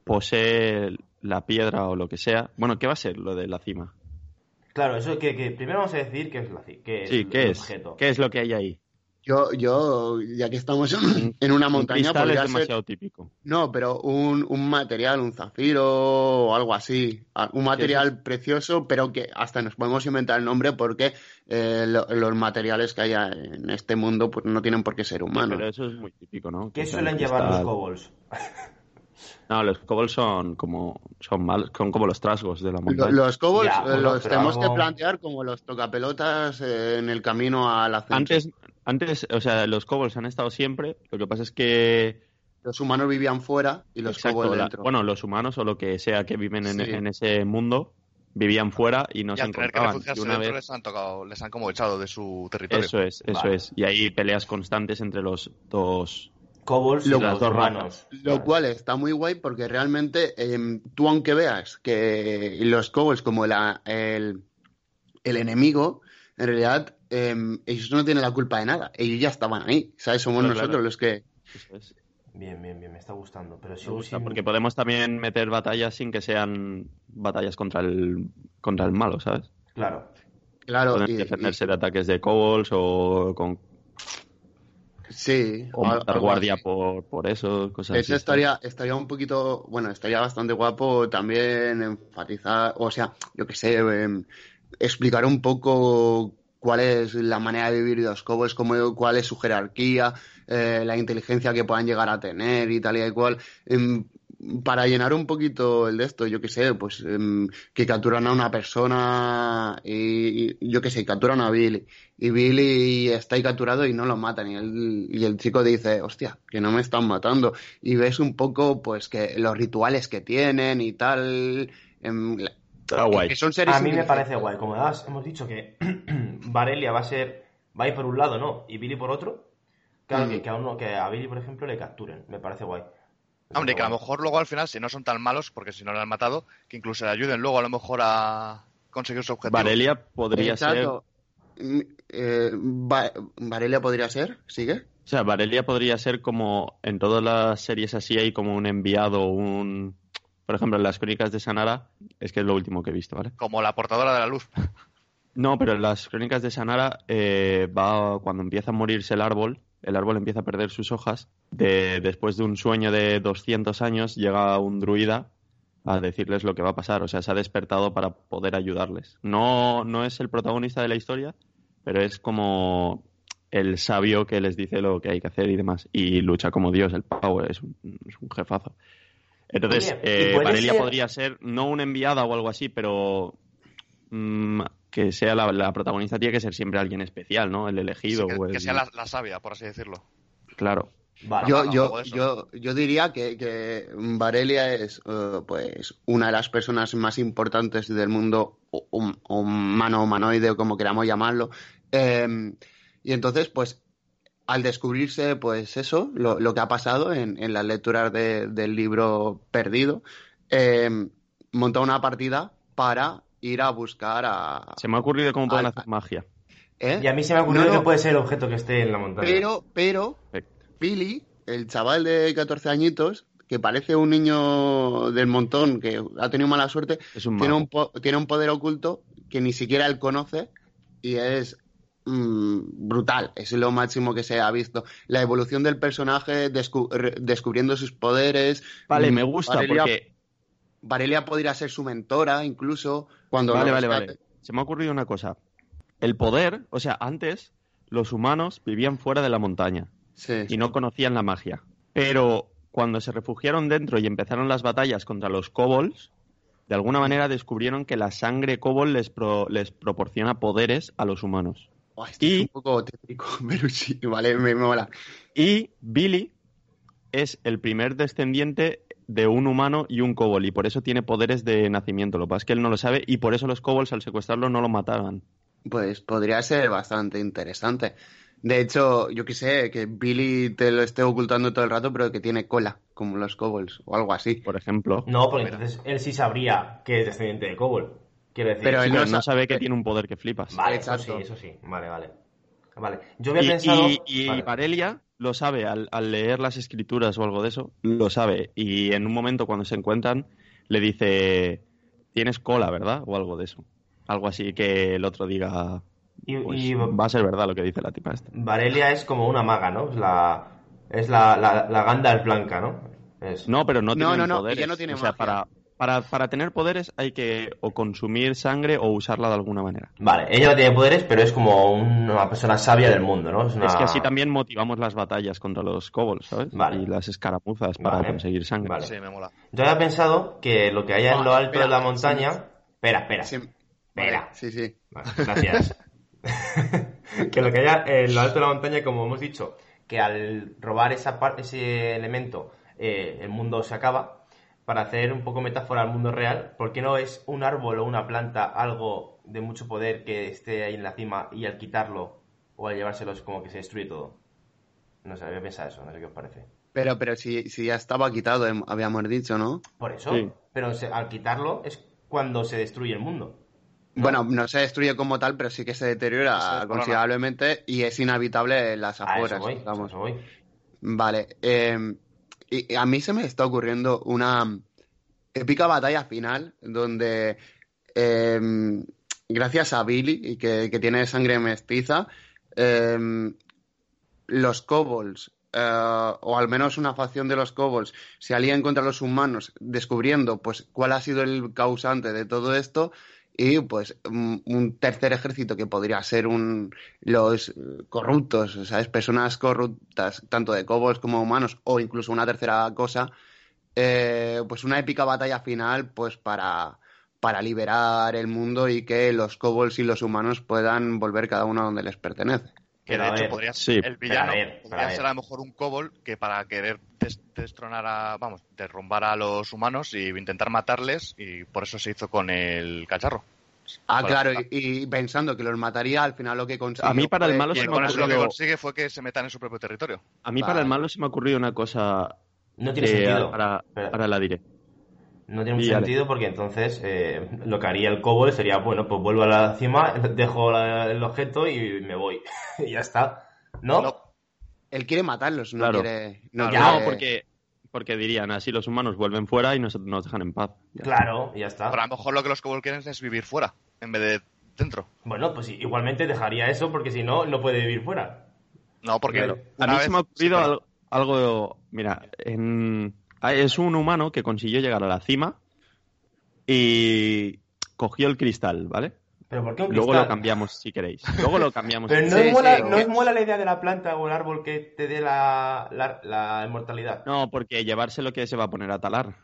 Speaker 2: posee la piedra o lo que sea. Bueno, ¿qué va a ser lo de la cima?
Speaker 4: Claro, eso que, que primero vamos a decir qué es, la, ci- qué es
Speaker 2: Sí, ¿qué
Speaker 4: el
Speaker 2: es?
Speaker 4: objeto.
Speaker 2: ¿Qué es lo que hay ahí?
Speaker 5: Yo, yo, ya que estamos en una
Speaker 2: Un
Speaker 5: montaña,
Speaker 2: cristal es
Speaker 5: podría ser-
Speaker 2: demasiado típico.
Speaker 5: No, pero un, un material, un zafiro o algo así. Ah, Un material precioso, pero que hasta nos podemos inventar el nombre porque eh, lo- los materiales que haya en este mundo pues, no tienen por qué ser humanos.
Speaker 2: Pero eso es muy típico, ¿no?
Speaker 4: ¿Qué
Speaker 2: Que sea
Speaker 4: suelen
Speaker 2: un
Speaker 4: llevar los
Speaker 2: cristal.
Speaker 4: kobolds?
Speaker 2: No, los kobolds son como son mal, son como los trasgos de la
Speaker 5: Lo-
Speaker 2: montaña.
Speaker 5: Los kobolds
Speaker 4: Ya,
Speaker 5: eh,
Speaker 4: bueno,
Speaker 5: los
Speaker 4: pero
Speaker 5: tenemos
Speaker 4: algo-
Speaker 5: que plantear como los tocapelotas eh, en el camino a la centro.
Speaker 2: Antes, antes, o sea, los kobolds han estado siempre. Lo que pasa es que
Speaker 5: Los humanos vivían fuera y los
Speaker 2: Exacto,
Speaker 5: kobolds
Speaker 2: la-
Speaker 5: dentro.
Speaker 2: bueno, los humanos o lo que sea que viven en,
Speaker 5: Sí.
Speaker 2: en ese mundo vivían fuera y no
Speaker 3: y
Speaker 2: se
Speaker 3: al tener que
Speaker 2: encontraban. Y
Speaker 3: refugiarse
Speaker 2: una
Speaker 3: dentro
Speaker 2: vez,
Speaker 3: les han tocado, les han como echado de su territorio.
Speaker 2: eso es, eso
Speaker 4: Vale.
Speaker 2: es. Y hay peleas constantes entre los dos.
Speaker 4: Kobolds y
Speaker 5: Lo-
Speaker 4: los
Speaker 2: las dos
Speaker 4: humanos.
Speaker 5: Lo cual está muy guay porque realmente em, tú aunque veas que los kobolds como la- el, el enemigo, en realidad em, ellos no tienen la culpa de nada. Ellos ya estaban ahí, ¿sabes? Somos
Speaker 2: Claro,
Speaker 5: nosotros
Speaker 2: claro.
Speaker 5: los que...
Speaker 2: Eso es.
Speaker 4: Bien, bien, bien, me está gustando. Pero si
Speaker 2: Me gusta, porque podemos también meter batallas sin que sean batallas contra el contra el malo, ¿sabes?
Speaker 4: Claro.
Speaker 5: Claro,
Speaker 2: Pueden
Speaker 5: y-
Speaker 2: defenderse de ataques de kobolds o con
Speaker 5: y- sí.
Speaker 2: o
Speaker 5: al-
Speaker 2: matar
Speaker 5: algo
Speaker 2: guardia
Speaker 5: así.
Speaker 2: por, por eso, cosas
Speaker 5: Eso
Speaker 2: así.
Speaker 5: estaría, estaría un poquito, bueno, estaría bastante guapo también enfatizar, o sea, yo que sé, em, explicar un poco cuál es la manera de vivir de los cobos, cómo, cuál es su jerarquía, eh, la inteligencia que puedan llegar a tener y tal y cual. Em, para llenar un poquito el de esto, yo que sé, pues em, que capturan a una persona y, y yo que sé, capturan a Billy. Y Billy está ahí capturado y no lo matan. Y el, y el chico dice, hostia, que no me están matando. Y ves un poco, pues, que los rituales que tienen y tal. em, la-
Speaker 2: Está guay.
Speaker 5: que son seres
Speaker 4: A mí me
Speaker 5: inteligentes.
Speaker 4: parece guay. Como además hemos dicho que Varelia va a ser. Va a ir por un lado, ¿no? Y Billy por otro. Claro,
Speaker 5: Mm.
Speaker 4: que, que a uno, que a Billy, por ejemplo, le capturen. Me parece guay. Me
Speaker 3: Ah, Hombre,
Speaker 4: parece
Speaker 3: que a lo
Speaker 4: guay.
Speaker 3: mejor luego al final, si no son tan malos, porque si no lo han matado, que incluso le ayuden luego a lo mejor a conseguir su objetivo.
Speaker 2: Varelia podría ser
Speaker 5: Exacto. Mm, eh, Va- Varelia podría ser, ¿sigue?
Speaker 2: O sea, Varelia podría ser como en todas las series así hay como un enviado, un... Por ejemplo, en las crónicas de Sanara, es que es lo último que he visto, ¿vale?
Speaker 3: Como la portadora de la luz.
Speaker 2: No, pero en las crónicas de Sanara eh, va cuando empieza a morirse el árbol, el árbol empieza a perder sus hojas, de- después de un sueño de 200 años llega un druida a decirles lo que va a pasar, o sea, se ha despertado para poder ayudarles. No, no es el protagonista de la historia, pero es como el sabio que les dice lo que hay que hacer y demás, y lucha como Dios, el Power, es un, es un jefazo. Entonces,
Speaker 4: Oye, ¿y
Speaker 2: eh,
Speaker 4: puede
Speaker 2: Varelia
Speaker 4: ser-
Speaker 2: podría ser no una enviada o algo así, pero mm, que sea la, la protagonista tiene que ser siempre alguien especial, ¿no? El elegido.
Speaker 3: Sí, que,
Speaker 2: o el-
Speaker 3: que sea la, la sabia, por así decirlo.
Speaker 2: Claro.
Speaker 4: Vale.
Speaker 5: Yo,
Speaker 3: no,
Speaker 5: yo,
Speaker 3: luego eso.
Speaker 5: yo, yo diría que, que Barelia es eh, pues una de las personas más importantes del mundo hu- hum- humano, humanoide, o como queramos llamarlo. Eh, y entonces, pues, al descubrirse, pues eso, lo, lo que ha pasado en, en las lecturas de- del libro perdido, eh, monta una partida para ir a buscar a... ¿eh?
Speaker 2: Se me ha ocurrido cómo pueden
Speaker 5: Al-
Speaker 2: hacer magia.
Speaker 5: ¿Eh?
Speaker 4: Y a mí se me ha ocurrido
Speaker 5: No, no.
Speaker 4: que puede ser el objeto que esté en la montaña.
Speaker 5: Pero, pero,
Speaker 2: Perfecto.
Speaker 5: Billy, el chaval de 14 añitos, que parece un niño del montón, que ha tenido mala suerte,
Speaker 2: Es un
Speaker 5: tiene
Speaker 2: mago.
Speaker 5: un, po- tiene un poder oculto que ni siquiera él conoce y es mm, brutal. Es lo máximo que se ha visto. La evolución del personaje, descu- re- descubriendo sus poderes.
Speaker 2: Vale,
Speaker 5: Mm,
Speaker 2: me gusta
Speaker 5: Barelia-
Speaker 2: porque...
Speaker 5: Barelia podría ser su mentora, incluso, cuando...
Speaker 2: Vale,
Speaker 5: lo
Speaker 2: vale,
Speaker 5: rescate.
Speaker 2: vale. Se me ha ocurrido una cosa. El poder, o sea, antes los humanos vivían fuera de la montaña
Speaker 5: Sí.
Speaker 2: y no conocían la magia. Pero cuando se refugiaron dentro y empezaron las batallas contra los kobolds, de alguna manera descubrieron que la sangre kobold les, pro- les proporciona poderes a los humanos.
Speaker 5: Buah, esto
Speaker 2: y-
Speaker 5: es un poco tétrico, pero sí, vale, me, me mola.
Speaker 2: Y Billy es el primer descendiente de un humano y un kobold, y por eso tiene poderes de nacimiento. Lo que pasa es que él no lo sabe, y por eso los kobolds al secuestrarlo no lo mataban.
Speaker 5: Pues podría ser bastante interesante. De hecho, yo qué sé, que Billy te lo esté ocultando todo el rato, pero que tiene cola, como los kobolds o algo así.
Speaker 2: Por ejemplo,
Speaker 4: No, porque entonces él sí sabría que es descendiente de Cobol. Quiero decir.
Speaker 5: Pero él
Speaker 2: pero
Speaker 5: no
Speaker 2: no
Speaker 5: sa-
Speaker 2: sabe que
Speaker 5: eh,
Speaker 2: tiene un poder que flipas.
Speaker 4: Vale,
Speaker 5: Exacto.
Speaker 4: eso sí, eso sí. Vale, vale. Vale. Yo había
Speaker 2: Y,
Speaker 4: pensado.
Speaker 2: y- y
Speaker 4: Vale.
Speaker 2: Parelia lo sabe al, al leer las escrituras o algo de eso, lo sabe. Y en un momento cuando se encuentran, le dice, tienes cola, ¿verdad? O algo de eso. Algo así que el otro diga,
Speaker 4: Y-
Speaker 2: pues,
Speaker 4: y-
Speaker 2: va a ser verdad lo que dice la tipa esta.
Speaker 4: Varelia es como una maga, ¿no? Es la. Es la, la, la Gandalf blanca, ¿no? Es-
Speaker 2: No, pero no,
Speaker 5: No,
Speaker 2: tienen
Speaker 5: no, no,
Speaker 2: poderes.
Speaker 5: ella no tiene
Speaker 2: o sea,
Speaker 5: magia.
Speaker 2: para, para, para tener poderes hay que o consumir sangre o usarla de alguna manera.
Speaker 4: Vale, ella no tiene poderes, pero es como una persona sabia del mundo, ¿no? una-
Speaker 2: Es que así también motivamos las batallas contra los kobolds, ¿sabes?
Speaker 4: Ah. Vale.
Speaker 2: Y las escaramuzas para
Speaker 4: Vale.
Speaker 2: conseguir sangre.
Speaker 4: Vale.
Speaker 3: Sí, me mola.
Speaker 4: Yo había pensado que lo que haya en
Speaker 2: Ah,
Speaker 5: No,
Speaker 4: lo alto de
Speaker 5: espera,
Speaker 4: la montaña.
Speaker 5: sí.
Speaker 4: Espera, espera.
Speaker 5: Sí,
Speaker 4: Espera.
Speaker 5: sí, sí.
Speaker 4: Vale, gracias. que lo que haya en lo alto de la montaña, como hemos dicho, que al robar esa parte, ese elemento, eh, el mundo se acaba. Para hacer un poco metáfora al mundo real, ¿por qué no es un árbol o una planta algo de mucho poder que esté ahí en la cima y al quitarlo o al llevárselo es como que se destruye todo? No sé, había pensado eso, no sé qué os parece.
Speaker 5: Pero, pero si, si ya estaba quitado, em- habíamos dicho, ¿no?
Speaker 4: Por eso,
Speaker 2: Sí.
Speaker 4: pero se- al quitarlo es cuando se destruye el mundo.
Speaker 5: Bueno, no se destruye como tal, pero sí que se
Speaker 3: Se
Speaker 5: deteriora
Speaker 3: desmorona.
Speaker 5: considerablemente y es inhabitable en las
Speaker 4: A eso
Speaker 5: afueras.
Speaker 4: voy, a
Speaker 5: vamos.
Speaker 4: eso voy.
Speaker 5: Vale. eh, y y a mí se me está ocurriendo una épica batalla final donde, eh, gracias a Billy, y que, que tiene sangre mestiza, eh, los kobolds, eh, o al menos una facción de los kobolds, se alían contra los humanos, descubriendo pues cuál ha sido el causante de todo esto. Y pues un un tercer ejército que podría ser un, los eh, corruptos, ¿sabes? Personas corruptas, tanto de kobolds como humanos, o incluso una tercera cosa, eh, pues una épica batalla final, pues para, para liberar el mundo y que los kobolds y los humanos puedan volver cada uno a donde les pertenece.
Speaker 3: Que
Speaker 4: Pero
Speaker 3: de
Speaker 4: a
Speaker 3: hecho
Speaker 4: ver.
Speaker 3: podría ser
Speaker 2: Sí.
Speaker 3: el villano.
Speaker 4: Pero a ver, pero a
Speaker 3: podría
Speaker 4: ver.
Speaker 3: ser a lo mejor un kobold que para querer des- destronar a. Vamos, derrumbar a los humanos y intentar matarles. Y por eso se hizo con el cacharro.
Speaker 5: Ah,
Speaker 3: Vale.
Speaker 5: claro, y, y pensando que los mataría, al final lo que consiguió.
Speaker 2: A mí para el
Speaker 5: fue-
Speaker 2: malo
Speaker 3: Y
Speaker 2: se me
Speaker 3: con eso lo que
Speaker 2: ocurrió-
Speaker 3: consigue fue que se metan en su propio territorio.
Speaker 2: A mí para
Speaker 5: Vale.
Speaker 2: el malo se me ha ocurrido una cosa
Speaker 4: No tiene
Speaker 5: Eh,
Speaker 2: que
Speaker 4: sentido.
Speaker 2: Ahora,
Speaker 4: Espera.
Speaker 2: ahora la diré.
Speaker 4: No tiene mucho
Speaker 2: Y Ale.
Speaker 4: sentido porque entonces eh, lo que haría el kobold sería, bueno, pues vuelvo a la cima, dejo la- el objeto y me voy. y ya está. ¿No?
Speaker 3: No.
Speaker 5: Él quiere matarlos, no
Speaker 2: Claro.
Speaker 5: quiere. No,
Speaker 4: Ya,
Speaker 2: no,
Speaker 5: quiere-
Speaker 2: porque, porque dirían así los humanos vuelven fuera y nos, nos dejan en paz. Ya.
Speaker 4: Claro, y ya está.
Speaker 3: Pero a lo mejor lo que los kobold quieren es vivir fuera, en vez de dentro.
Speaker 4: Bueno, pues igualmente dejaría eso porque si no, no puede vivir fuera.
Speaker 3: No, porque.
Speaker 4: Claro.
Speaker 2: A
Speaker 3: una
Speaker 2: mí
Speaker 3: vez-
Speaker 2: se me ha ocurrido
Speaker 3: sí,
Speaker 2: al- algo, Mira, en- ah, es un humano que consiguió llegar a la cima y cogió el cristal, ¿vale?
Speaker 4: Pero ¿por qué un
Speaker 2: Luego
Speaker 4: cristal?
Speaker 2: lo cambiamos si queréis. Luego lo cambiamos.
Speaker 4: Pero no,
Speaker 5: Sí,
Speaker 4: es mola,
Speaker 5: sí,
Speaker 4: no
Speaker 5: porque-
Speaker 4: es mola la idea de la planta o el árbol que te dé la, la, la inmortalidad.
Speaker 2: No, porque llevarse lo que se va a poner a talar.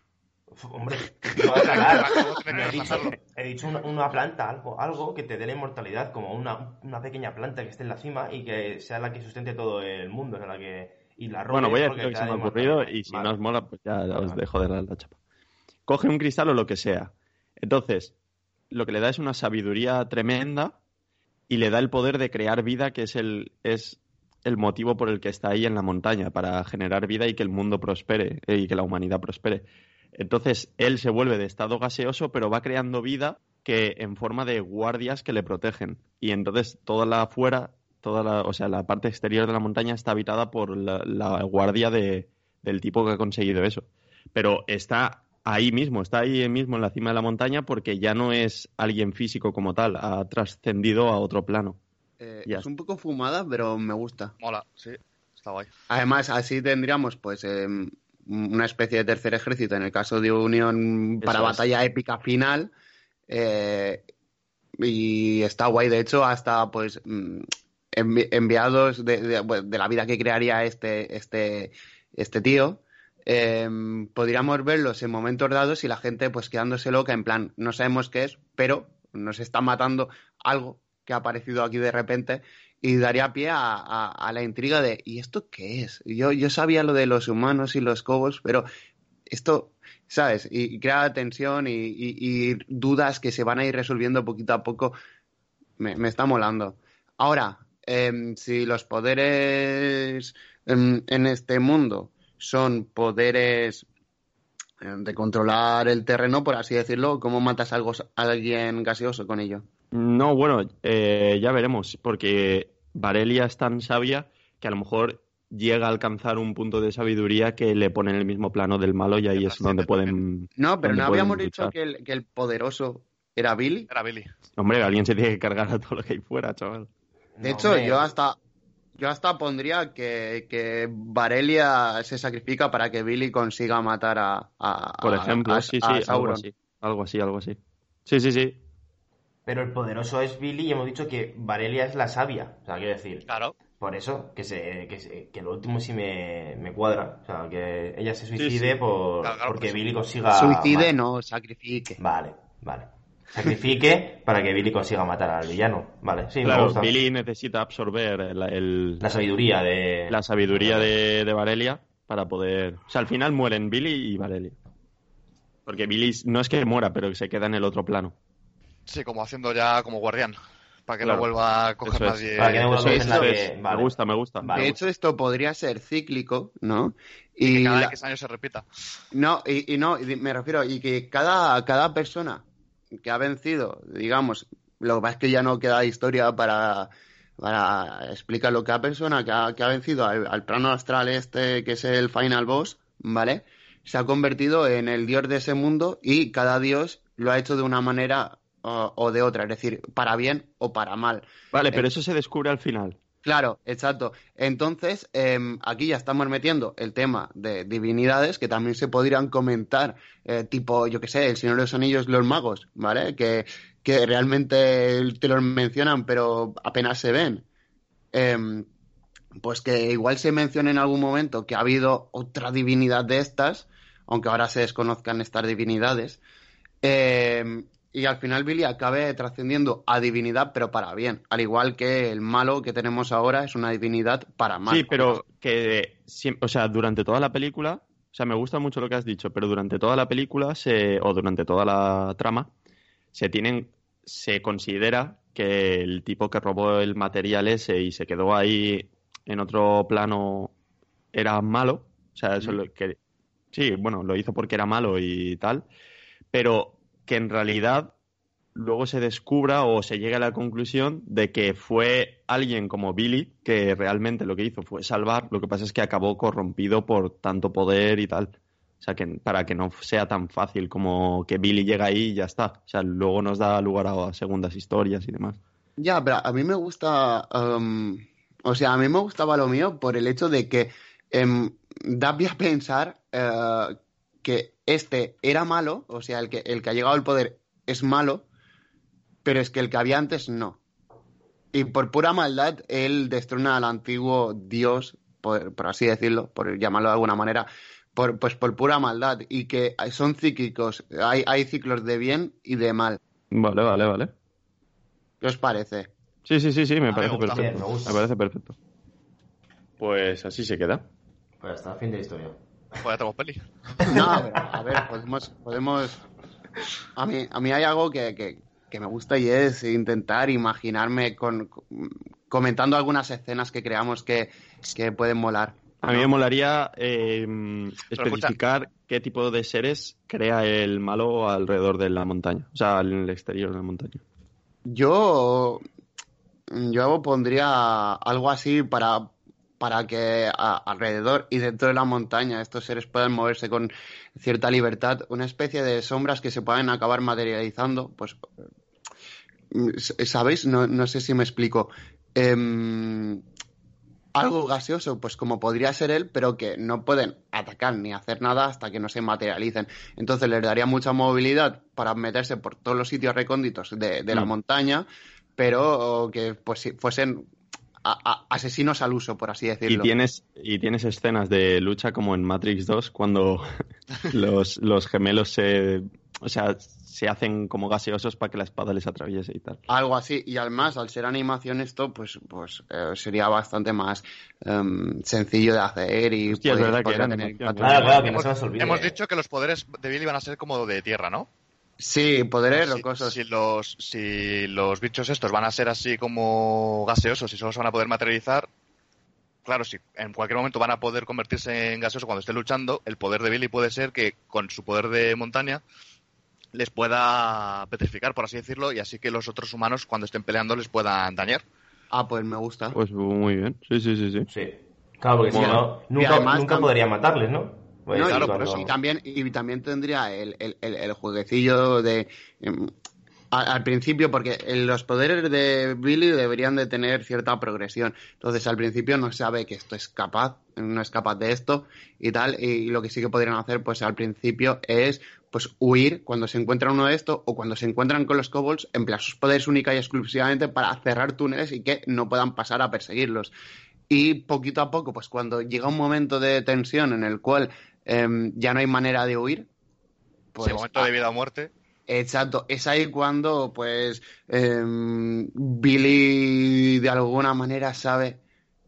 Speaker 4: Uf, Hombre, no va a calar.
Speaker 3: Acabo de tener
Speaker 4: He
Speaker 3: que
Speaker 4: dicho,
Speaker 3: matarlo.
Speaker 4: he dicho una, una planta, algo, algo que te dé la inmortalidad, como una, una pequeña planta que esté en la cima y que sea la que sustente todo el mundo, o sea, la que Y la
Speaker 2: Bueno,
Speaker 4: rubia
Speaker 2: voy a
Speaker 4: es
Speaker 2: decir lo que
Speaker 4: porque te
Speaker 2: se me ha
Speaker 4: da de
Speaker 2: ocurrido
Speaker 4: mortadela.
Speaker 2: y si
Speaker 4: Vale.
Speaker 2: no os mola, pues ya os
Speaker 4: Vale.
Speaker 2: dejo de la, la chapa. Coge un cristal o lo que sea. Entonces, lo que le da es una sabiduría tremenda y le da el poder de crear vida, que es el, es el motivo por el que está ahí en la montaña, para generar vida y que el mundo prospere eh, y que la humanidad prospere. Entonces, él se vuelve de estado gaseoso, pero va creando vida que en forma de guardias que le protegen. Y entonces toda la afuera, toda la, o sea, la parte exterior de la montaña está habitada por la, la guardia de, del tipo que ha conseguido eso. Pero está ahí mismo, está ahí mismo en la cima de la montaña porque ya no es alguien físico como tal, ha trascendido a otro plano.
Speaker 5: Eh,
Speaker 2: Ya.
Speaker 5: Es un poco fumada, pero me gusta.
Speaker 3: Mola, sí, está guay.
Speaker 5: Además, así tendríamos pues eh, una especie de tercer ejército en el caso de Unión para
Speaker 2: Eso es.
Speaker 5: batalla épica final. eh, y está guay, de hecho, hasta pues mm, envi- enviados de, de- bueno, de la vida que crearía este, este, este tío. eh, podríamos verlos en momentos dados y la gente pues quedándose loca en plan, no sabemos qué es, pero nos está matando algo que ha aparecido aquí de repente y daría pie a, a- a la intriga de ¿y esto qué es? Yo, yo sabía lo de los humanos y los cobos, pero esto, ¿sabes? Y, y crea tensión y, y- y dudas que se van a ir resolviendo poquito a poco. Me, me está molando. Ahora, em, si los poderes em, en este mundo son poderes em, de controlar el terreno, por así decirlo, ¿cómo matas algo, a alguien gaseoso con ello?
Speaker 2: No, bueno, eh, ya veremos, porque Varelia es tan sabia que a lo mejor llega a alcanzar un punto de sabiduría que le pone en el mismo plano del malo y ahí es donde pueden...
Speaker 5: No, pero
Speaker 2: donde
Speaker 5: no habíamos
Speaker 2: pueden
Speaker 5: dicho
Speaker 2: luchar.
Speaker 5: que el, que el poderoso era Billy.
Speaker 3: Era Billy.
Speaker 2: Hombre, alguien se tiene que cargar a todo lo que hay fuera, chaval.
Speaker 5: De
Speaker 4: No,
Speaker 5: hecho,
Speaker 4: hombre.
Speaker 5: yo hasta yo hasta pondría que, que Varelia se sacrifica para que Billy consiga matar a, a-
Speaker 2: Por
Speaker 4: Ah,
Speaker 5: a-
Speaker 2: ejemplo,
Speaker 5: a-
Speaker 2: sí,
Speaker 5: a
Speaker 2: sí, algo
Speaker 5: Sauron.
Speaker 2: así, algo así, algo así. Sí, sí, sí.
Speaker 4: Pero el poderoso es Billy y hemos dicho que Varelia es la sabia. O sea, quiero decir,
Speaker 3: Claro.
Speaker 4: por eso, que, se, que, se- que lo último sí me, me cuadra. O sea, que ella se suicide
Speaker 2: sí.
Speaker 4: por,
Speaker 3: Claro, claro,
Speaker 4: porque
Speaker 3: por eso.
Speaker 4: Billy consiga...
Speaker 5: Suicide
Speaker 4: ma-
Speaker 5: no, sacrifique.
Speaker 4: Vale, vale. Sacrifique para que Billy consiga matar al villano. Vale, sí, me
Speaker 2: Claro,
Speaker 4: gusta.
Speaker 2: Billy necesita absorber el- el-
Speaker 4: La sabiduría de...
Speaker 2: la sabiduría de, de Varelia para poder... O sea, al final mueren Billy y Varelia. Porque Billy no es que muera, pero que se queda en el otro plano.
Speaker 3: Sí, como haciendo ya como guardián, para que
Speaker 2: Claro.
Speaker 3: no vuelva a coger
Speaker 2: Eso es.
Speaker 3: nadie.
Speaker 4: Para que no vuelva
Speaker 2: Eso
Speaker 4: a
Speaker 2: es,
Speaker 4: coger nadie.
Speaker 2: eso es.
Speaker 4: Vale.
Speaker 2: Me gusta, me gusta.
Speaker 4: Vale.
Speaker 5: de hecho, esto podría ser cíclico, ¿no?
Speaker 3: que
Speaker 5: Y,
Speaker 3: cada
Speaker 5: la-
Speaker 3: X años se repita.
Speaker 5: no, y, y no, y me refiero, y que cada, cada persona que ha vencido, digamos, lo que pasa es que ya no queda historia para, para explicar lo que cada persona que ha, que ha vencido al, al plano astral este, que es el final boss, ¿vale? Se ha convertido en el dios de ese mundo y cada dios lo ha hecho de una manera o, o de otra, es decir, para bien o para mal.
Speaker 2: Vale,
Speaker 4: Eh.
Speaker 2: pero eso se descubre al final.
Speaker 5: Claro, exacto. Entonces, em, aquí ya estamos metiendo el tema de divinidades que también se podrían comentar, eh, tipo, yo qué sé, el Señor de los Anillos, los magos, ¿vale? Que, que realmente te los mencionan, pero apenas se ven. Em, pues que igual se menciona en algún momento que ha habido otra divinidad de estas, aunque ahora se desconozcan estas divinidades. Eh, y al final Billy acabe trascendiendo a divinidad, pero para bien. Al igual que el malo que tenemos ahora es una divinidad para mal.
Speaker 2: Sí, pero que, siem- o sea, durante toda la película, o sea, me gusta mucho lo que has dicho, pero durante toda la película se, o durante toda la trama, se tienen, se considera que el tipo que robó el material ese y se quedó ahí en otro plano era malo, o sea, eso lo que, sí, bueno, lo hizo porque era malo y tal, pero que en realidad luego se descubra o se llegue a la conclusión de que fue alguien como Billy que realmente lo que hizo fue salvar, lo que pasa es que acabó corrompido por tanto poder y tal. O sea, que para que no sea tan fácil como que Billy llega ahí y ya está. O sea, luego nos da lugar a segundas historias y demás.
Speaker 5: Ya, pero a mí me gusta. em, o sea, a mí me gustaba lo mío por el hecho de que em, da pie a pensar eh, que este era malo, o sea, el que, el que ha llegado al poder es malo, pero es que el que había antes no. Y por pura maldad, él destrona al antiguo dios, por, por así decirlo, por llamarlo de alguna manera, por, pues por pura maldad. Y que son cíclicos, hay, hay ciclos de bien y de mal.
Speaker 2: Vale, vale, vale.
Speaker 5: ¿Qué os parece?
Speaker 2: Sí, sí, sí, sí, me
Speaker 3: me
Speaker 2: parece
Speaker 3: gusta,
Speaker 2: perfecto.
Speaker 4: me gusta.
Speaker 2: Me parece perfecto. Pues así se queda.
Speaker 4: Pues hasta fin de historia.
Speaker 3: Pues ya tenemos peli.
Speaker 5: No, a ver, a ver, podemos, podemos... A mí, a mí hay algo que, que, que me gusta y es intentar imaginarme con, comentando algunas escenas que creamos que, que pueden molar.
Speaker 2: A mí me molaría eh, especificar qué tipo de seres crea el malo alrededor de la montaña, o sea, en el exterior de la montaña.
Speaker 5: Yo, yo pondría algo así para, para que a- alrededor y dentro de la montaña estos seres puedan moverse con cierta libertad, una especie de sombras que se pueden acabar materializando, pues, mm, s- ¿sabéis? No, no sé si me explico. Em, algo gaseoso, pues como podría ser él, pero que no pueden atacar ni hacer nada hasta que no se materialicen. Entonces les daría mucha movilidad para meterse por todos los sitios recónditos de, de la
Speaker 2: Mm.
Speaker 5: montaña, pero que pues, si fuesen a- a- asesinos al uso, por así
Speaker 2: Y
Speaker 5: decirlo.
Speaker 2: tienes, y tienes escenas de lucha como en Matrix 2 cuando los, los gemelos se, o sea, se hacen como gaseosos para que la espada les atraviese y tal.
Speaker 5: Algo así. Y además, al ser animación esto, pues, pues eh, sería bastante más em, sencillo de hacer y
Speaker 2: Hostia, es
Speaker 5: podría-
Speaker 2: verdad que
Speaker 5: podría
Speaker 2: era
Speaker 5: tener
Speaker 2: animación,
Speaker 5: impacto.
Speaker 4: Claro, claro, que no
Speaker 3: hemos,
Speaker 4: se nos olvide.
Speaker 3: hemos dicho que los poderes de Bill iban a ser como de tierra, ¿no?
Speaker 5: Sí, poderes
Speaker 3: si,
Speaker 5: rocosos.
Speaker 3: si los, si los bichos estos van a ser así como gaseosos y solo se van a poder materializar, claro, si en cualquier momento van a poder convertirse en gaseosos cuando estén luchando, el poder de Billy puede ser que con su poder de montaña les pueda petrificar, por así decirlo, y así que los otros humanos cuando estén peleando les puedan dañar.
Speaker 5: Ah, pues me gusta.
Speaker 2: Pues muy bien, sí, sí, sí, sí.
Speaker 4: Sí. Claro, porque si
Speaker 5: Mola.
Speaker 4: no,
Speaker 5: Y
Speaker 4: nunca,
Speaker 5: además
Speaker 4: nunca
Speaker 5: tam-
Speaker 4: podría matarles, ¿no? Pues
Speaker 5: No, y-
Speaker 3: claro,
Speaker 5: y,
Speaker 3: por eso.
Speaker 5: y también, y también tendría el, el- el- el jueguecillo de. em, a- al principio, porque eh, los poderes de Billy deberían de tener cierta progresión. Entonces, al principio no sabe que esto es capaz, no es capaz de esto y tal. Y lo que sí que podrían hacer, pues al principio, es pues huir cuando se encuentran uno de estos o cuando se encuentran con los kobolds, emplear sus poderes única y exclusivamente para cerrar túneles y que no puedan pasar a perseguirlos. Y poquito a poco, pues cuando llega un momento de tensión en el cual em, ya no hay manera de huir, pues
Speaker 3: si momento de vida o muerte,
Speaker 5: Exacto, es ahí cuando pues em, Billy de alguna manera sabe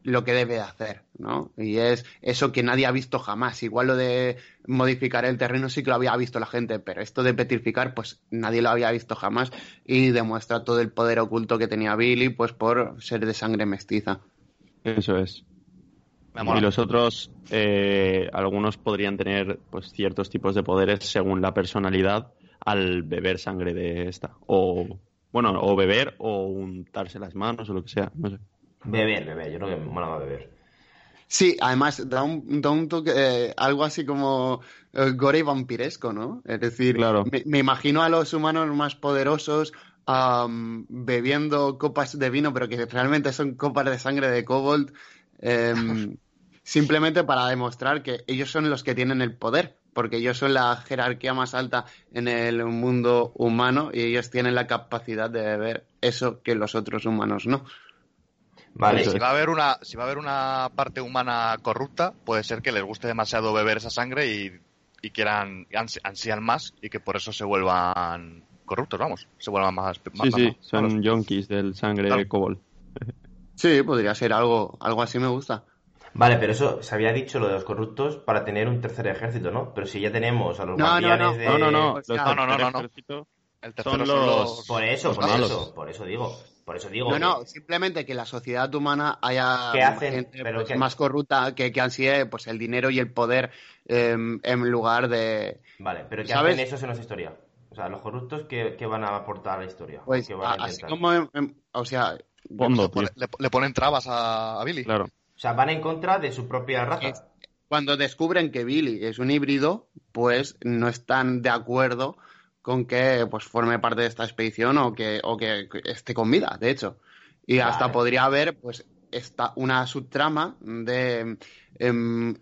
Speaker 5: lo que debe de hacer, ¿no? Y es eso que nadie ha visto jamás. Igual lo de modificar el terreno sí que lo había visto la gente, pero esto de petrificar pues nadie lo había visto jamás y demuestra todo el poder oculto que tenía Billy pues por ser de sangre mestiza.
Speaker 2: Eso es.
Speaker 3: me mola.
Speaker 2: Y los otros, eh, algunos podrían tener pues ciertos tipos de poderes según la personalidad al beber sangre de esta. O, bueno, o beber o untarse las manos o lo que sea, no sé.
Speaker 4: Beber, beber. Yo creo que me mola más beber.
Speaker 5: Sí, además da un, da un toque, eh, algo así como eh, gore y vampiresco, ¿no? Es decir,
Speaker 2: Claro.
Speaker 5: me, me imagino a los humanos más poderosos am, bebiendo copas de vino, pero que realmente son copas de sangre de kobold, em, simplemente para demostrar que ellos son los que tienen el poder, porque ellos son la jerarquía más alta en el mundo humano y ellos tienen la capacidad de beber eso que los otros humanos no.
Speaker 4: Vale.
Speaker 2: Eso
Speaker 3: si
Speaker 2: es.
Speaker 3: va a haber una si va a haber una parte humana corrupta puede ser que les guste demasiado beber esa sangre y, y quieran ansi- ansían más y que por eso se vuelvan corruptos vamos se vuelvan más, más-
Speaker 2: Sí,
Speaker 3: más-
Speaker 2: sí,
Speaker 3: más malos.
Speaker 2: son yonkis del sangre
Speaker 3: Claro.
Speaker 2: cobol.
Speaker 5: Sí, podría ser algo, algo así me gusta.
Speaker 4: Vale, pero eso se había dicho lo de los corruptos para tener un tercer ejército, ¿no? Pero si ya tenemos a los
Speaker 5: No, no,
Speaker 4: guardianes
Speaker 5: no.
Speaker 4: de.
Speaker 2: No, no, no.
Speaker 5: o
Speaker 2: los
Speaker 5: sea,
Speaker 2: del
Speaker 3: Eh, no, no, no, no.
Speaker 2: ejército-
Speaker 3: el tercero
Speaker 2: son
Speaker 3: son los,
Speaker 2: los-
Speaker 4: Por eso,
Speaker 3: los
Speaker 4: por
Speaker 3: malos.
Speaker 4: eso, por eso digo. Por eso digo.
Speaker 5: No,
Speaker 4: que-
Speaker 5: no, simplemente que la sociedad humana haya
Speaker 4: ¿Qué hacen?
Speaker 5: gente
Speaker 4: ¿Pero
Speaker 5: pues,
Speaker 4: qué?
Speaker 5: más corrupta que, que ansíe pues, el dinero y el poder eh, en lugar de...
Speaker 4: Vale, pero ¿qué
Speaker 5: ¿Sabes?
Speaker 4: hacen esos en nuestra historia? O sea, los corruptos, ¿qué, qué van a aportar a la historia?
Speaker 5: Pues,
Speaker 4: ¿Qué van a
Speaker 5: a- así
Speaker 4: intentar?
Speaker 5: como... en- en- o sea,
Speaker 2: Fondo,
Speaker 3: Le pone-
Speaker 2: tío.
Speaker 3: le, le ponen trabas a, a Billy
Speaker 2: Claro.
Speaker 4: O sea, van en contra de su propia raza.
Speaker 5: Es- cuando descubren que Billy es un híbrido, pues no están de acuerdo con que pues, forme parte de esta expedición o que, o que esté con vida, de hecho. Y hasta
Speaker 4: Vale.
Speaker 5: podría haber pues esta, una subtrama de em,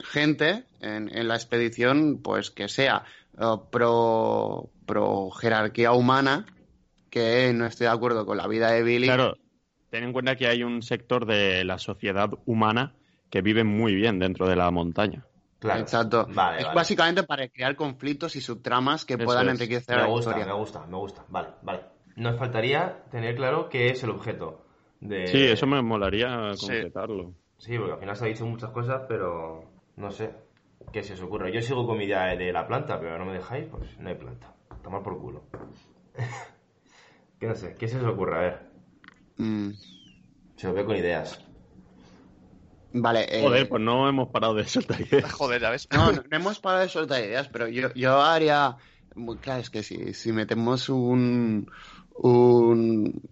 Speaker 5: gente en, en la expedición pues que sea eh, pro, pro jerarquía humana que no esté de acuerdo con la vida de Billy.
Speaker 2: Claro, ten en cuenta que hay un sector de la sociedad humana que vive muy bien dentro de la montaña.
Speaker 4: Claro.
Speaker 5: Exacto.
Speaker 4: Vale,
Speaker 5: es
Speaker 4: vale.
Speaker 5: básicamente para crear conflictos y subtramas que
Speaker 2: Eso
Speaker 5: puedan
Speaker 2: es.
Speaker 5: enriquecer
Speaker 4: Me
Speaker 5: la
Speaker 4: gusta,
Speaker 5: historia.
Speaker 4: me gusta, me gusta. Vale, vale. Nos faltaría tener claro qué es el objeto. De...
Speaker 2: Sí, eso me molaría
Speaker 3: Eh, sí.
Speaker 2: concretarlo.
Speaker 4: Sí, porque al final se ha dicho muchas cosas, pero... No sé. ¿Qué se os ocurre? Yo sigo con mi idea de la planta, pero no me dejáis, pues no hay planta. Tomar por culo. ¿Qué no sé? ¿Qué se os ocurre? A ver.
Speaker 5: Mm,
Speaker 4: Se os ve con ideas.
Speaker 5: Vale. eh,
Speaker 2: Joder, pues no hemos parado de soltar ideas.
Speaker 3: Joder, ya ves.
Speaker 5: No, no, no hemos parado de soltar ideas, pero yo, yo haría. muy Claro, es que si, si metemos un, un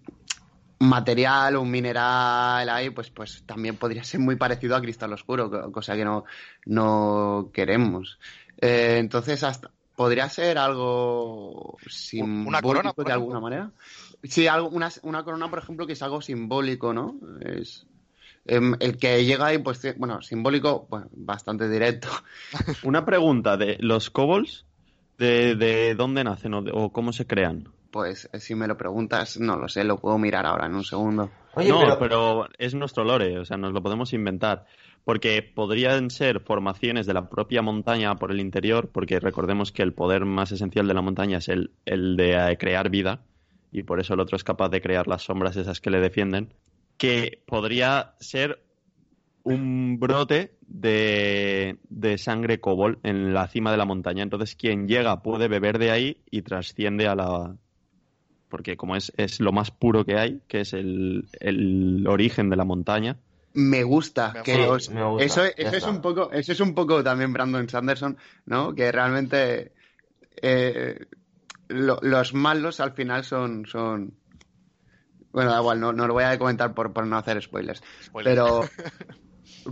Speaker 5: material, un mineral ahí, pues, pues también podría ser muy parecido a cristal oscuro, co- cosa que no, no queremos. Eh, entonces, hasta, ¿podría ser algo simbólico
Speaker 3: una corona, por
Speaker 5: de alguna
Speaker 3: ejemplo?
Speaker 5: manera? Sí, algo, una, una corona, por ejemplo, que es algo simbólico, ¿no? Es, em, el que llega ahí, pues, eh, bueno, simbólico, bueno, bastante directo.
Speaker 2: Una pregunta de los kobolds, ¿de, de dónde nacen o, de- o cómo se crean?
Speaker 5: Pues eh, si me lo preguntas, no lo sé, lo puedo mirar ahora en un segundo.
Speaker 4: Oye,
Speaker 2: no,
Speaker 4: pero...
Speaker 2: pero... es nuestro lore, o sea, nos lo podemos inventar. Porque podrían ser formaciones de la propia montaña por el interior, porque recordemos que el poder más esencial de la montaña es el, el de eh, crear vida, y por eso el otro es capaz de crear las sombras esas que le defienden, que podría ser un brote de, de sangre cobol en la cima de la montaña. Entonces quien llega puede beber de ahí y trasciende a la, porque como es, es lo más puro que hay, que es el, el origen de la montaña.
Speaker 5: Me gusta
Speaker 3: Me
Speaker 5: que
Speaker 4: Sí,
Speaker 5: os-
Speaker 4: pues, me gusta.
Speaker 5: Eso,
Speaker 4: Ya
Speaker 5: eso es
Speaker 4: está.
Speaker 5: un poco, eso es un poco también Brandon Sanderson, ¿no? Que realmente eh, lo- los malos al final son, son. Bueno, da igual, no, no lo voy a comentar por, por no hacer spoilers.
Speaker 3: Spoiler.
Speaker 5: Pero.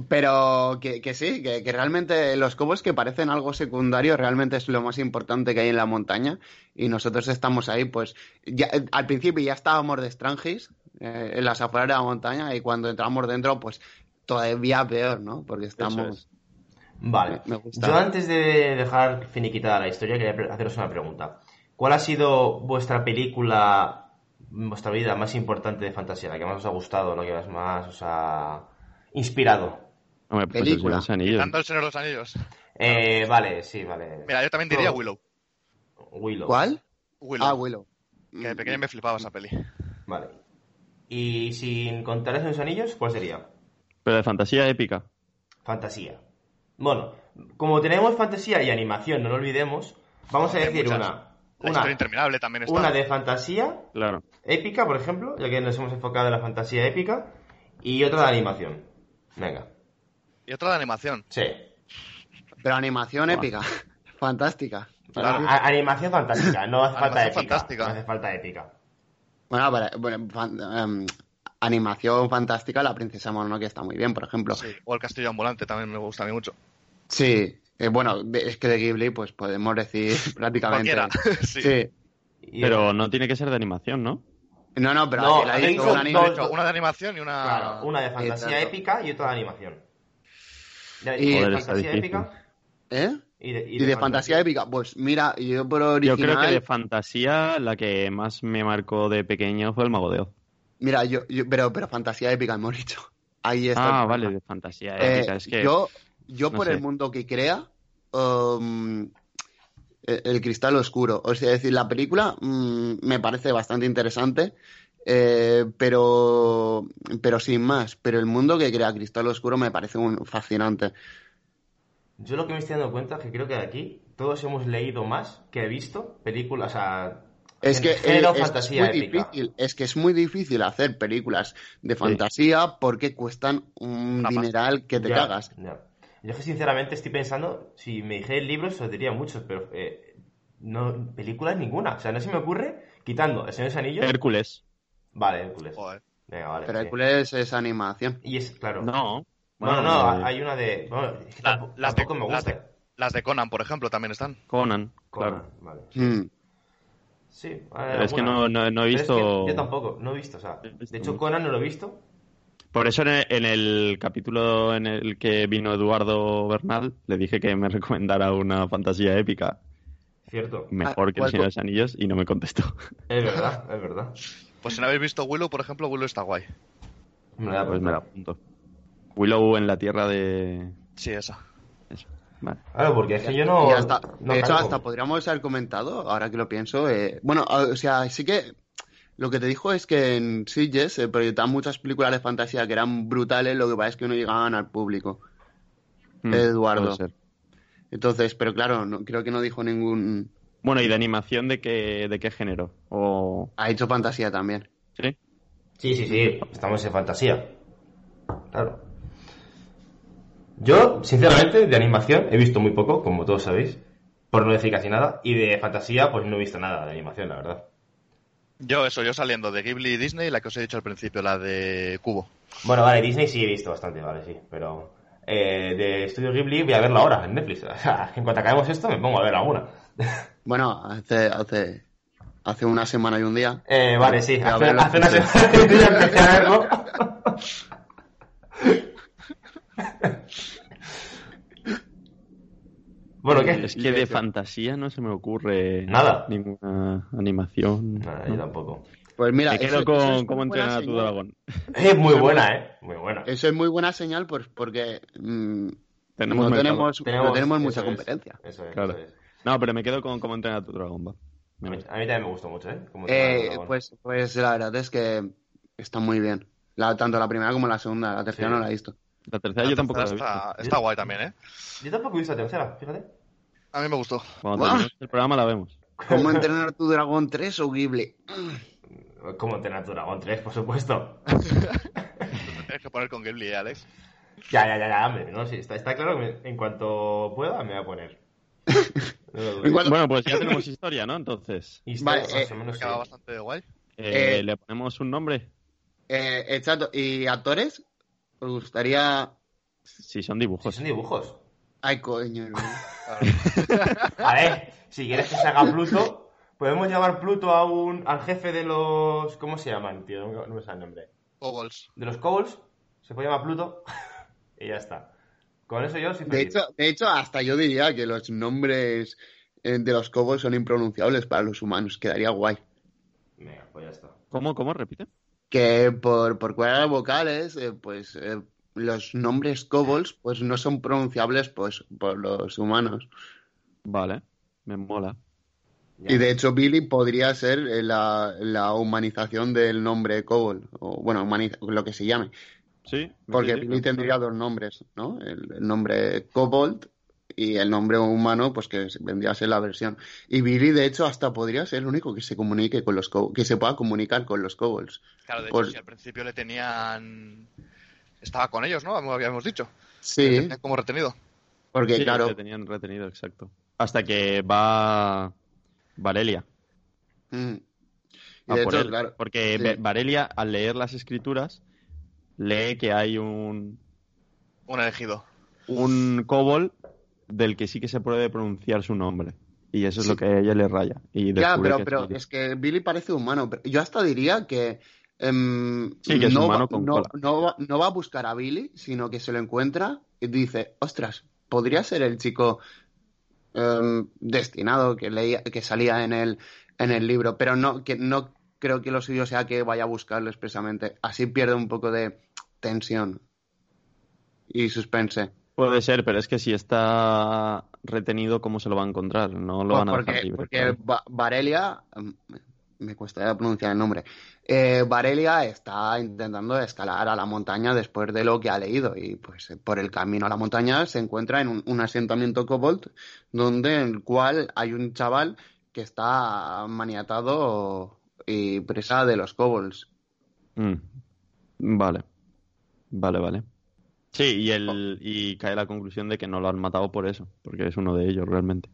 Speaker 5: Pero que, que sí, que, que realmente los cobos que parecen algo secundario realmente es lo más importante que hay en la montaña y nosotros estamos ahí, pues ya, eh, al principio ya estábamos de Strangis eh, en las afueras de la montaña y cuando entramos dentro, pues todavía peor, ¿no? Porque estamos...
Speaker 4: Vale.
Speaker 5: Me gusta.
Speaker 4: Yo antes de dejar finiquitada la historia, quería pre- haceros una pregunta. ¿Cuál ha sido vuestra película, vuestra vida más importante de fantasía? La que más os ha gustado, la que más- más os ha inspirado.
Speaker 2: Hombre, pues el
Speaker 5: Película.
Speaker 2: Señor de los Anillos.
Speaker 3: Tanto el Señor de los Anillos.
Speaker 5: Ah.
Speaker 4: Eh, vale, sí, vale.
Speaker 3: Mira, yo también diría
Speaker 4: Oh.
Speaker 3: Willow.
Speaker 4: Willow.
Speaker 5: ¿Cuál?
Speaker 3: Willow.
Speaker 5: Ah, Willow.
Speaker 3: Que de pequeño me flipaba esa peli.
Speaker 4: Vale. Y sin contar esos anillos, ¿cuál sería?
Speaker 2: Pero de fantasía épica.
Speaker 4: Fantasía. Bueno, como tenemos fantasía y animación, no lo olvidemos, vamos a
Speaker 3: Hay
Speaker 4: decir
Speaker 3: muchas.
Speaker 4: una.
Speaker 3: La historia
Speaker 4: Una,
Speaker 3: interminable también está.
Speaker 4: una de fantasía
Speaker 2: Claro.
Speaker 4: épica, por ejemplo, ya que nos hemos enfocado en la fantasía épica, y otra de animación. Venga.
Speaker 3: Y otra de animación.
Speaker 4: Sí.
Speaker 5: Pero animación épica. Fantástica.
Speaker 4: A- a- animación fantástica, no hace falta
Speaker 3: Animación
Speaker 4: épica.
Speaker 3: fantástica.
Speaker 4: No hace falta épica.
Speaker 5: Bueno, para- bueno, fan- em, animación fantástica, la princesa Mononoke está muy bien, por ejemplo.
Speaker 3: Sí. O el castillo ambulante también me gusta a mí mucho.
Speaker 5: Sí, eh, bueno, de- es que de Ghibli, pues podemos decir prácticamente.
Speaker 3: Cualquiera. sí.
Speaker 5: Sí.
Speaker 4: Y-
Speaker 2: Pero no tiene que ser de animación, ¿no?
Speaker 5: No, no, pero
Speaker 4: No,
Speaker 5: él ha
Speaker 4: habéis
Speaker 5: dicho
Speaker 4: dicho
Speaker 5: un anime.
Speaker 3: De hecho, Una de animación y una.
Speaker 4: Claro, una de fantasía
Speaker 5: Ah, Exacto.
Speaker 4: épica y otra de animación. Ya
Speaker 5: Y-
Speaker 4: digo,
Speaker 2: Joder,
Speaker 4: de
Speaker 2: está
Speaker 4: fantasía
Speaker 2: difícil.
Speaker 4: épica
Speaker 5: ¿Eh?
Speaker 4: y de,
Speaker 5: Y, de fantasía épica, pues mira, yo por original.
Speaker 2: Yo creo que de fantasía la que más me marcó de pequeño fue el Mago de Oz.
Speaker 5: Mira, yo, yo- pero, pero fantasía épica, hemos dicho. Ahí está.
Speaker 2: Ah, vale, de fantasía
Speaker 5: Eh,
Speaker 2: épica. es que
Speaker 5: Yo, yo
Speaker 2: no
Speaker 5: por el
Speaker 2: sé.
Speaker 5: mundo que crea, um, el, el cristal oscuro. O sea, es decir, la película mm, me parece bastante interesante, eh, pero, pero sin más. Pero el mundo que crea cristal oscuro me parece un fascinante.
Speaker 4: Yo lo que me estoy dando cuenta es que creo que de aquí todos hemos leído más que he visto películas, o sea,
Speaker 5: Es
Speaker 4: en
Speaker 5: que,
Speaker 4: género
Speaker 5: eh, es que es
Speaker 4: fantasía
Speaker 5: muy
Speaker 4: épica.
Speaker 5: difícil, es que es muy difícil hacer películas de fantasía porque cuestan un
Speaker 3: Una pasta.
Speaker 5: dineral que te
Speaker 4: Ya,
Speaker 5: cagas.
Speaker 4: ya. Yo es que sinceramente estoy pensando, si me dijerais libros os diría muchos, pero eh, no películas ninguna, o sea, no se me ocurre quitando El Señor de los Anillos.
Speaker 2: Hércules.
Speaker 4: Vale, Hércules.
Speaker 3: Joder.
Speaker 4: Venga, vale.
Speaker 5: Pero
Speaker 4: sí.
Speaker 5: Hércules es animación.
Speaker 4: Y es claro. No,
Speaker 2: No.
Speaker 4: no,
Speaker 2: Bueno, eh,
Speaker 4: no, hay una de, bueno, es que
Speaker 3: La-
Speaker 4: tampoco,
Speaker 3: las de-
Speaker 4: tampoco me
Speaker 3: las
Speaker 4: gusta.
Speaker 3: de- Las de Conan, por ejemplo, también están.
Speaker 2: Conan.
Speaker 4: Conan,
Speaker 2: Claro.
Speaker 4: vale.
Speaker 5: Mm.
Speaker 4: Sí,
Speaker 2: Pero es que no, no- no he visto.
Speaker 4: yo tampoco, no he visto, o sea,
Speaker 2: He visto
Speaker 4: de hecho
Speaker 2: mucho.
Speaker 4: Conan no lo he visto.
Speaker 2: Por eso en el, en el capítulo en el que vino Eduardo Bernal, le dije que me recomendara una fantasía épica
Speaker 4: Cierto.
Speaker 2: mejor
Speaker 5: Ah,
Speaker 2: que el
Speaker 5: ¿cuál
Speaker 2: Señor
Speaker 5: co-
Speaker 2: de los Anillos y no me contestó.
Speaker 4: Es verdad, es verdad.
Speaker 3: Pues si no habéis visto Willow, por ejemplo, Willow está guay.
Speaker 4: Me
Speaker 5: Ah,
Speaker 4: la voy a
Speaker 2: Pues me la
Speaker 4: apuntar.
Speaker 2: apunto. Willow en la tierra de...
Speaker 3: Sí, esa.
Speaker 2: eso, Vale.
Speaker 4: Claro, porque es que yo no.
Speaker 5: Y hasta-
Speaker 4: no
Speaker 5: de hecho,
Speaker 4: cargo.
Speaker 5: hasta podríamos haber comentado, ahora que lo pienso. eh, bueno, o sea, sí que lo que te dijo es que en Sitges se proyectaban muchas películas de fantasía que eran brutales, lo que pasa es que no llegaban al público.
Speaker 4: Hmm.
Speaker 2: Mm,
Speaker 5: Eduardo.
Speaker 2: puede ser.
Speaker 5: Entonces, pero claro, no, creo que no dijo ningún...
Speaker 2: Bueno, ¿y de animación de qué, de qué género? O...
Speaker 5: Ha hecho fantasía también.
Speaker 2: ¿Sí?
Speaker 4: Sí, sí, sí, estamos en fantasía. Claro. Yo, sinceramente, de animación he visto muy poco, como todos sabéis, por no decir casi nada, y de fantasía pues no he visto nada de animación, la verdad.
Speaker 3: Yo, eso, yo saliendo de Ghibli y Disney, la que os he dicho al principio, la de Cubo.
Speaker 4: Bueno, vale, Disney sí he visto bastante, vale, sí, pero eh, de Studio Ghibli voy a verla ahora en Netflix. O sea, en cuanto acabemos esto me pongo a ver alguna.
Speaker 5: Bueno, hace, hace, hace una semana y un día.
Speaker 4: Eh, vale, sí,
Speaker 5: Ya
Speaker 4: hace,
Speaker 5: verlo.
Speaker 4: hace una semana que ya empecé a verlo. bueno, ¿qué?
Speaker 2: Es que de fantasía no se me ocurre
Speaker 4: Nada.
Speaker 2: ninguna animación.
Speaker 4: Nada, yo tampoco.
Speaker 5: Pues mira,
Speaker 2: Me
Speaker 5: eso-
Speaker 2: quedo
Speaker 5: eso
Speaker 2: con
Speaker 5: es
Speaker 2: cómo
Speaker 5: muy buena
Speaker 2: entrenar a tu
Speaker 5: señal.
Speaker 2: dragón.
Speaker 4: Es muy buena, ¿eh? Muy buena.
Speaker 5: Eso es muy buena señal pues, porque mm,
Speaker 2: Tenemos
Speaker 5: no,
Speaker 2: mercado.
Speaker 5: tenemos, no tenemos mucha
Speaker 4: eso es,
Speaker 5: competencia.
Speaker 4: eso es,
Speaker 2: Claro.
Speaker 4: eso es.
Speaker 2: No, pero me quedo con cómo entrenar a tu dragón. va.
Speaker 4: A mí, a mí también me gustó mucho, ¿eh? Como
Speaker 5: Eh,
Speaker 4: dragón.
Speaker 5: pues, pues la verdad es que está muy bien. La, tanto la primera como la segunda. La tercera
Speaker 4: Sí.
Speaker 5: no la he visto.
Speaker 2: La tercera yo tampoco la he visto.
Speaker 3: Ah, está, está guay también, ¿eh?
Speaker 4: Yo tampoco he visto la tercera, fíjate.
Speaker 3: A mí me gustó.
Speaker 2: Cuando
Speaker 5: ¡Guau!
Speaker 2: terminemos el programa la vemos.
Speaker 5: ¿Cómo entrenar tu dragón 3 o Ghibli?
Speaker 4: Como entrenar a tu dragón 3, por supuesto.
Speaker 3: Tienes que poner con Ghibli, ¿eh, Alex.
Speaker 4: Ya, ya, ya, ya, hombre, no, sí, está, está claro que me- en cuanto pueda me voy a poner. No lo dudes.
Speaker 5: En cuanto-
Speaker 2: Bueno, pues ya tenemos historia, ¿no? Entonces,
Speaker 4: Y
Speaker 5: Vale,
Speaker 4: está más
Speaker 5: eh,
Speaker 4: o menos,
Speaker 3: Acaba
Speaker 4: sí.
Speaker 3: bastante guay.
Speaker 2: eh,
Speaker 5: Eh,
Speaker 2: ¿le ponemos un nombre?
Speaker 5: Eh, exacto. ¿Y actores? ¿Os gustaría...?
Speaker 2: Si son
Speaker 4: Sí,
Speaker 2: dibujos. ¿eh?
Speaker 4: son dibujos.
Speaker 5: Ay, coño. no.
Speaker 3: Claro.
Speaker 4: A ver, si quieres que se haga Pluto, podemos llamar Pluto a un, al jefe de los... ¿Cómo se llaman, tío? No, no me sale el nombre.
Speaker 3: Pogols.
Speaker 4: De los Cobbles, se puede llamar Pluto y ya está. Con eso yo soy
Speaker 5: De
Speaker 4: feliz.
Speaker 5: hecho, de hecho, hasta yo diría que los nombres eh, de los cobos son impronunciables para los humanos. Quedaría guay.
Speaker 4: Venga, pues ya está.
Speaker 2: ¿Cómo, cómo? Repite.
Speaker 5: que por, por cuerdas vocales, eh, pues eh, los nombres kobolds pues no son pronunciables pues por los humanos.
Speaker 2: Vale, me mola.
Speaker 4: Ya.
Speaker 5: Y de hecho Billy podría ser eh, la, la humanización del nombre kobold, o bueno, humaniz- lo que se llame,
Speaker 2: Sí.
Speaker 5: porque
Speaker 2: sí, sí,
Speaker 5: Billy
Speaker 2: claro.
Speaker 5: tendría dos nombres, ¿no? El, el nombre kobold y el nombre humano pues que vendría a ser la versión. Y Billy de hecho hasta podría ser el único que se comunique con los kobolds, que se pueda comunicar con los kobolds.
Speaker 3: Claro, de
Speaker 5: Por-
Speaker 3: hecho, si al principio le tenían... Estaba con ellos, ¿no? Como habíamos dicho. Le
Speaker 5: Sí,
Speaker 3: tenían como retenido.
Speaker 5: porque
Speaker 2: Sí,
Speaker 5: claro,
Speaker 2: te tenían retenido, exacto. Hasta que va Valeria.
Speaker 5: mm. Y
Speaker 2: a
Speaker 5: de
Speaker 2: Ah, por
Speaker 5: hecho,
Speaker 2: él.
Speaker 5: claro,
Speaker 2: Porque
Speaker 5: sí.
Speaker 2: Ve- Varelia, al leer las escrituras, lee que hay un,
Speaker 3: Un elegido.
Speaker 2: un kobold del que sí que se puede pronunciar su nombre. Y eso es lo que a ella le raya. Y
Speaker 5: Ya,
Speaker 2: descubre
Speaker 5: pero,
Speaker 2: que
Speaker 5: pero
Speaker 2: sí.
Speaker 5: es que Billy parece humano. pero yo hasta diría que, em,
Speaker 2: Sí, que es
Speaker 5: no,
Speaker 2: humano
Speaker 5: va,
Speaker 2: con
Speaker 5: no-
Speaker 2: cola.
Speaker 5: no va- no va a buscar a Billy, sino que se lo encuentra y dice, ostras, podría ser el chico em, destinado que leía, que salía en el, en el libro, pero no, que no creo que lo suyo sea que vaya a buscarlo expresamente. Así pierde un poco de tensión y suspense.
Speaker 2: Puede ser, pero es que si está retenido, ¿cómo se lo va a encontrar? No lo
Speaker 5: Pues
Speaker 2: van a dejar
Speaker 5: porque,
Speaker 2: libre.
Speaker 5: porque
Speaker 2: claro.
Speaker 5: Va- Varelia, mm, me cuesta pronunciar el nombre, eh, Varelia está intentando escalar a la montaña después de lo que ha leído y pues eh, por el camino a la montaña se encuentra en un, un asentamiento kobold donde en el cual hay un chaval que está maniatado y presa de los kobolds.
Speaker 2: Mm. Vale. Vale, vale. Sí, y, el, y cae la conclusión de que no lo han matado por eso, porque es uno de ellos realmente.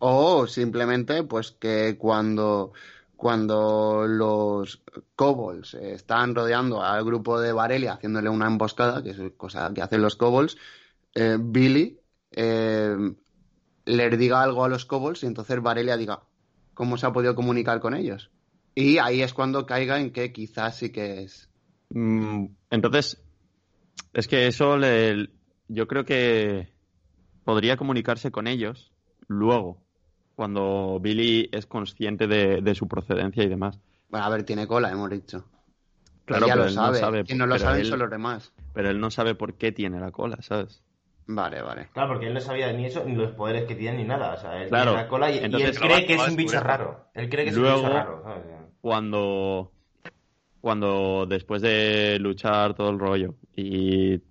Speaker 5: O simplemente, pues que cuando, cuando los kobolds eh, están rodeando al grupo de Varelia haciéndole una emboscada, que es cosa que hacen los kobolds, eh, Billy eh, les diga algo a los kobolds y entonces Varelia diga cómo se ha podido comunicar con ellos. Y ahí es cuando caiga en que quizás sí que es.
Speaker 2: Mm, Entonces, es que eso le- yo creo que podría comunicarse con ellos luego, cuando Billy es consciente de, de su procedencia y demás.
Speaker 5: Bueno, a ver, tiene cola, hemos dicho.
Speaker 2: Claro,
Speaker 5: Ella
Speaker 2: pero
Speaker 5: lo
Speaker 2: él
Speaker 5: sabe.
Speaker 2: no sabe.
Speaker 5: Quien no lo
Speaker 2: pero
Speaker 5: saben
Speaker 2: él-
Speaker 5: son los demás.
Speaker 2: Pero él no sabe por qué tiene la cola, ¿sabes?
Speaker 5: Vale, vale.
Speaker 4: Claro, porque él no sabía ni eso, ni los poderes que tiene, ni nada. O sea, él
Speaker 2: Claro.
Speaker 4: tiene la cola y, y
Speaker 2: Entonces,
Speaker 4: él
Speaker 3: lo va-
Speaker 4: cree que
Speaker 3: lo va
Speaker 4: es
Speaker 3: a
Speaker 4: un bicho
Speaker 3: descubrir.
Speaker 4: raro. Él cree que es un bicho
Speaker 2: Luego-
Speaker 4: raro. ¿sabes?
Speaker 2: Cuando, cuando después de luchar todo el rollo y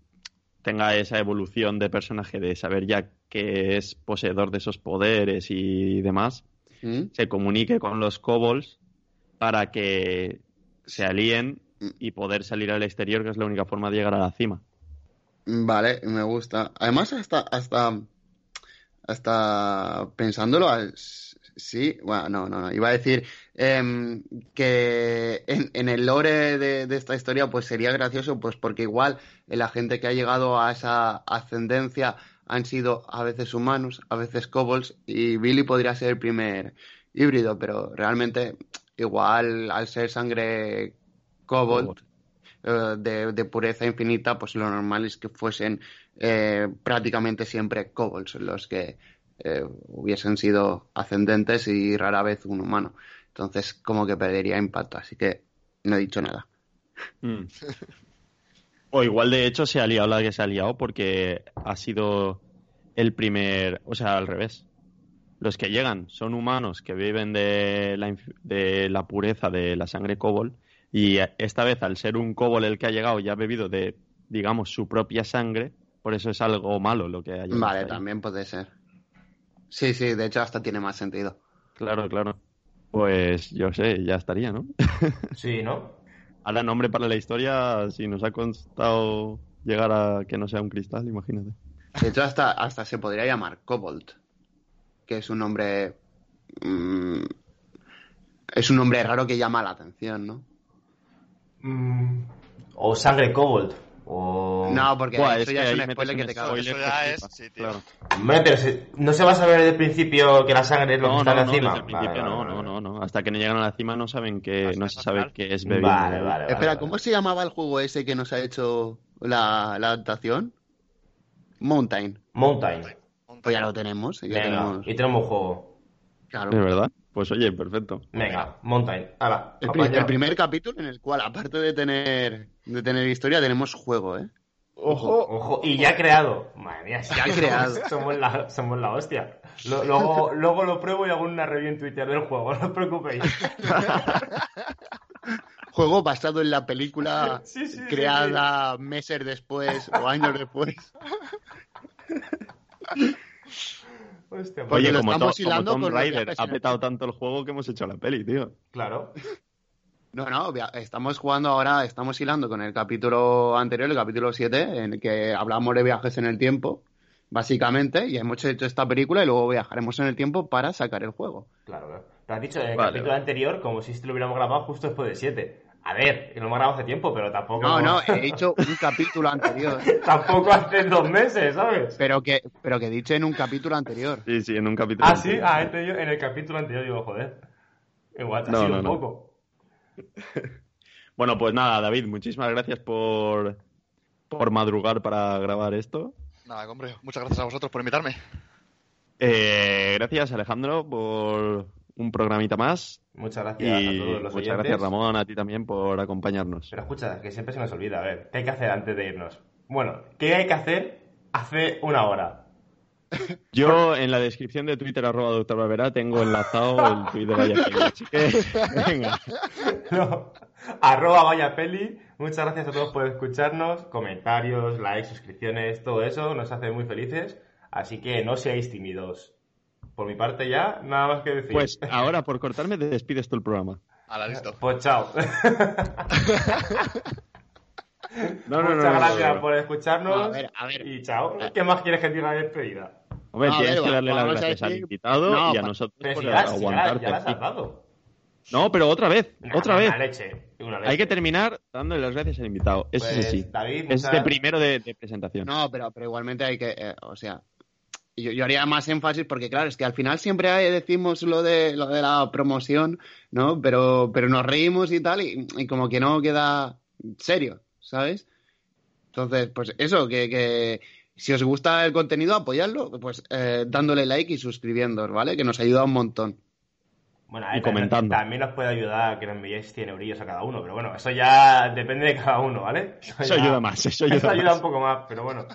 Speaker 2: tenga esa evolución de personaje de saber ya que es poseedor de esos poderes y demás,
Speaker 5: ¿Mm?
Speaker 2: se comunique con los kobolds para que se alíen y poder salir al exterior, que es la única forma de llegar a la cima.
Speaker 5: Vale, me gusta. Además, hasta, hasta, hasta pensándolo, as- sí, bueno, no, no, no. Iba a decir em, que en, en el lore de, de esta historia, pues sería gracioso, pues porque igual eh, la gente que ha llegado a esa ascendencia han sido a veces humanos, a veces kobolds, y Billy podría ser el primer híbrido, pero realmente igual al ser sangre kobold, eh, de, de pureza infinita, pues lo normal es que fuesen eh, prácticamente siempre kobolds los que eh, hubiesen sido ascendentes y rara vez un humano. Entonces, como que perdería impacto, así que no he dicho nada.
Speaker 2: Mm. O igual de hecho se ha liado la que se ha liado porque ha sido el primer, o sea, al revés. Los que llegan son humanos que viven de la, inf- de la pureza de la sangre kobold y eh, esta vez al ser un kobold el que ha llegado ya ha bebido de, digamos, su propia sangre, por eso es algo malo lo que ¿eh? ha llegado
Speaker 5: Vale,
Speaker 2: hasta ahí.
Speaker 5: también puede ser. Sí, sí, de hecho, hasta tiene más sentido.
Speaker 2: Claro, claro. Pues yo sé, ya estaría, ¿no?
Speaker 4: Sí, ¿no?
Speaker 2: Ahora nombre para la historia, si nos ha costado llegar a que no sea un cristal, imagínate.
Speaker 5: De hecho, hasta, hasta se podría llamar Kobold, que es un nombre. mm, es un nombre raro que llama la atención, ¿no?
Speaker 4: Mm, o sangre kobold. O...
Speaker 5: No, porque
Speaker 2: Oh. Buah,
Speaker 5: eso
Speaker 2: es
Speaker 5: ya
Speaker 2: que
Speaker 5: es
Speaker 2: ahí
Speaker 5: un
Speaker 2: metes
Speaker 5: spoiler que
Speaker 2: un
Speaker 5: te cagas.
Speaker 2: spoiler
Speaker 3: Eso ya
Speaker 2: que
Speaker 3: es-
Speaker 2: flipas,
Speaker 3: sí, tío.
Speaker 2: claro.
Speaker 4: Hombre, pero se- ¿no se va a saber desde el principio que la sangre es lo que
Speaker 2: No, no,
Speaker 4: está
Speaker 2: no,
Speaker 4: encima?
Speaker 2: desde el principio
Speaker 4: Vale,
Speaker 2: no,
Speaker 4: vale,
Speaker 2: no,
Speaker 4: vale.
Speaker 2: no, no. Hasta que no llegan a la cima no saben que,
Speaker 3: Hasta
Speaker 2: no se
Speaker 3: el
Speaker 2: sabe
Speaker 3: final.
Speaker 2: que es
Speaker 4: Vale,
Speaker 2: bebida.
Speaker 4: vale, vale,
Speaker 5: Espera,
Speaker 4: vale.
Speaker 5: ¿cómo se llamaba el juego ese que nos ha hecho la, la adaptación? Mountain.
Speaker 4: Mountain.
Speaker 5: Pues ya lo tenemos. Ya
Speaker 4: Venga,
Speaker 5: tenemos
Speaker 4: y tenemos juego.
Speaker 5: claro,
Speaker 2: ¿De verdad? Pues oye, perfecto.
Speaker 4: Venga, Mountain. Hala,
Speaker 5: el, pri-
Speaker 4: apañado.
Speaker 5: el primer capítulo en el cual, aparte de tener, de tener historia, tenemos juego, ¿eh?
Speaker 4: Ojo, ojo, y ya creado. Madre mía,
Speaker 5: Ya creado.
Speaker 4: Somos la, somos la hostia. Lo- luego, luego lo pruebo y hago una review en Twitter del juego, no os preocupéis.
Speaker 5: Juego basado en la película
Speaker 4: Sí, sí, sí,
Speaker 5: Ah, creada meses después o años después.
Speaker 4: Hostia, pues,
Speaker 5: Porque
Speaker 2: oye,
Speaker 5: lo
Speaker 2: como,
Speaker 5: estamos
Speaker 2: To- como
Speaker 5: hilando
Speaker 2: Tomb
Speaker 5: con los
Speaker 2: Raider
Speaker 5: viajes
Speaker 2: ha
Speaker 5: en el
Speaker 2: petado tanto el juego que hemos hecho la peli, tío.
Speaker 4: claro.
Speaker 5: No, no, obvia- estamos jugando ahora, estamos hilando con el capítulo anterior, el capítulo 7, en el que hablamos de viajes en el tiempo, básicamente, y hemos hecho esta película y luego viajaremos en el tiempo para sacar el juego.
Speaker 4: Claro, claro. Te has dicho en el
Speaker 2: Vale,
Speaker 4: capítulo
Speaker 2: vale.
Speaker 4: anterior como si este lo hubiéramos grabado justo después del 7. A ver, que lo hemos grabado hace tiempo, pero tampoco.
Speaker 5: No, no, eh. he dicho un capítulo anterior,
Speaker 4: tampoco hace dos meses, ¿sabes?
Speaker 5: pero que, pero que he dicho en un capítulo anterior.
Speaker 2: Sí, sí, en un capítulo.
Speaker 4: Ah, sí,
Speaker 2: anterior.
Speaker 4: ah, he entendido en el capítulo anterior, digo, joder. Igual te ha
Speaker 2: No,
Speaker 4: sido
Speaker 2: no,
Speaker 4: un
Speaker 2: no.
Speaker 4: poco.
Speaker 2: Bueno, pues nada, David, muchísimas gracias por, por madrugar para grabar esto.
Speaker 3: Nada, hombre, muchas gracias a vosotros por invitarme.
Speaker 2: Eh, gracias, Alejandro, por un programita más.
Speaker 4: Muchas gracias
Speaker 2: Y
Speaker 4: a todos los
Speaker 2: muchas
Speaker 4: oyentes.
Speaker 2: gracias, Ramón, a ti también por acompañarnos.
Speaker 4: Pero escucha, que siempre se nos olvida, a ver, ¿qué hay que hacer antes de irnos? Bueno, ¿qué hay que hacer hace una hora?
Speaker 2: Yo en la descripción de Twitter, arroba doctor Barbera, tengo enlazado el tweet de Vaya Peli, Así que, venga.
Speaker 4: No. Arroba vaya peli. Muchas gracias a todos por escucharnos. Comentarios, likes, suscripciones, todo eso nos hace muy felices. Así que no seáis tímidos. Por mi parte ya, nada más que decir.
Speaker 2: Pues ahora, por cortarme, te despides tú el programa.
Speaker 3: Hala, listo.
Speaker 4: Pues chao.
Speaker 2: No,
Speaker 4: Muchas gracias por escucharnos.
Speaker 5: A ver, a ver. Ah.
Speaker 4: Y chao. ¿Qué más quieres que diga de despedida?
Speaker 2: Hombre,
Speaker 5: No, a
Speaker 2: tienes
Speaker 5: ver,
Speaker 2: que darle las
Speaker 5: vamos a
Speaker 2: gracias al
Speaker 5: decir-
Speaker 2: invitado
Speaker 5: No,
Speaker 2: y a
Speaker 5: pa-
Speaker 2: nosotros
Speaker 4: Pero
Speaker 2: por
Speaker 4: si ya, si ya,
Speaker 2: aguantarte.
Speaker 4: ya la has
Speaker 2: aquí.
Speaker 4: dado.
Speaker 2: No, pero otra vez, otra
Speaker 4: Una
Speaker 2: vez.
Speaker 4: leche, una leche.
Speaker 2: Hay que terminar dándole las gracias al invitado. Eso
Speaker 4: Pues,
Speaker 2: es así.
Speaker 4: David,
Speaker 2: es
Speaker 4: muchas-
Speaker 2: de primero de, de presentación.
Speaker 5: No, pero, pero igualmente hay que, eh, o sea, yo, yo haría más énfasis porque claro, es que al final siempre hay- decimos lo de, lo de la promoción, ¿no? Pero, pero nos reímos y tal y, y como que no queda serio, ¿sabes? Entonces, pues eso, que, que si os gusta el contenido, apoyadlo, pues eh, dándole like y suscribiéndoos, ¿vale? Que nos ayuda un montón.
Speaker 4: Bueno,
Speaker 2: Y
Speaker 4: eh,
Speaker 2: comentando.
Speaker 4: También nos puede ayudar que nos enviéis 100 eurillos a cada uno, pero bueno, eso ya depende de cada uno, ¿vale?
Speaker 2: Eso
Speaker 4: ya-
Speaker 2: ayuda más, eso ayuda
Speaker 4: Eso ayuda
Speaker 2: más.
Speaker 4: un poco más, pero bueno.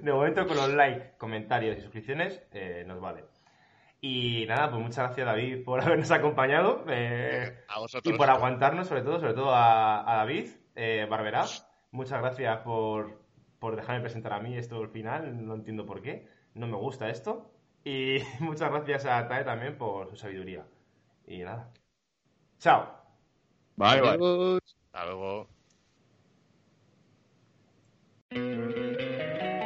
Speaker 4: De momento con los likes, comentarios y suscripciones eh, nos vale. Y nada, pues muchas gracias David por habernos acompañado eh,
Speaker 3: A vosotros.
Speaker 4: y por aguantarnos, sobre todo, sobre todo a, a David eh, Barberá. Muchas gracias por, por dejarme presentar a mí esto al final, no entiendo por qué, no me gusta esto. Y muchas gracias a Tae también por su sabiduría. Y nada. Chao.
Speaker 2: Bye, bye.
Speaker 3: Hasta luego.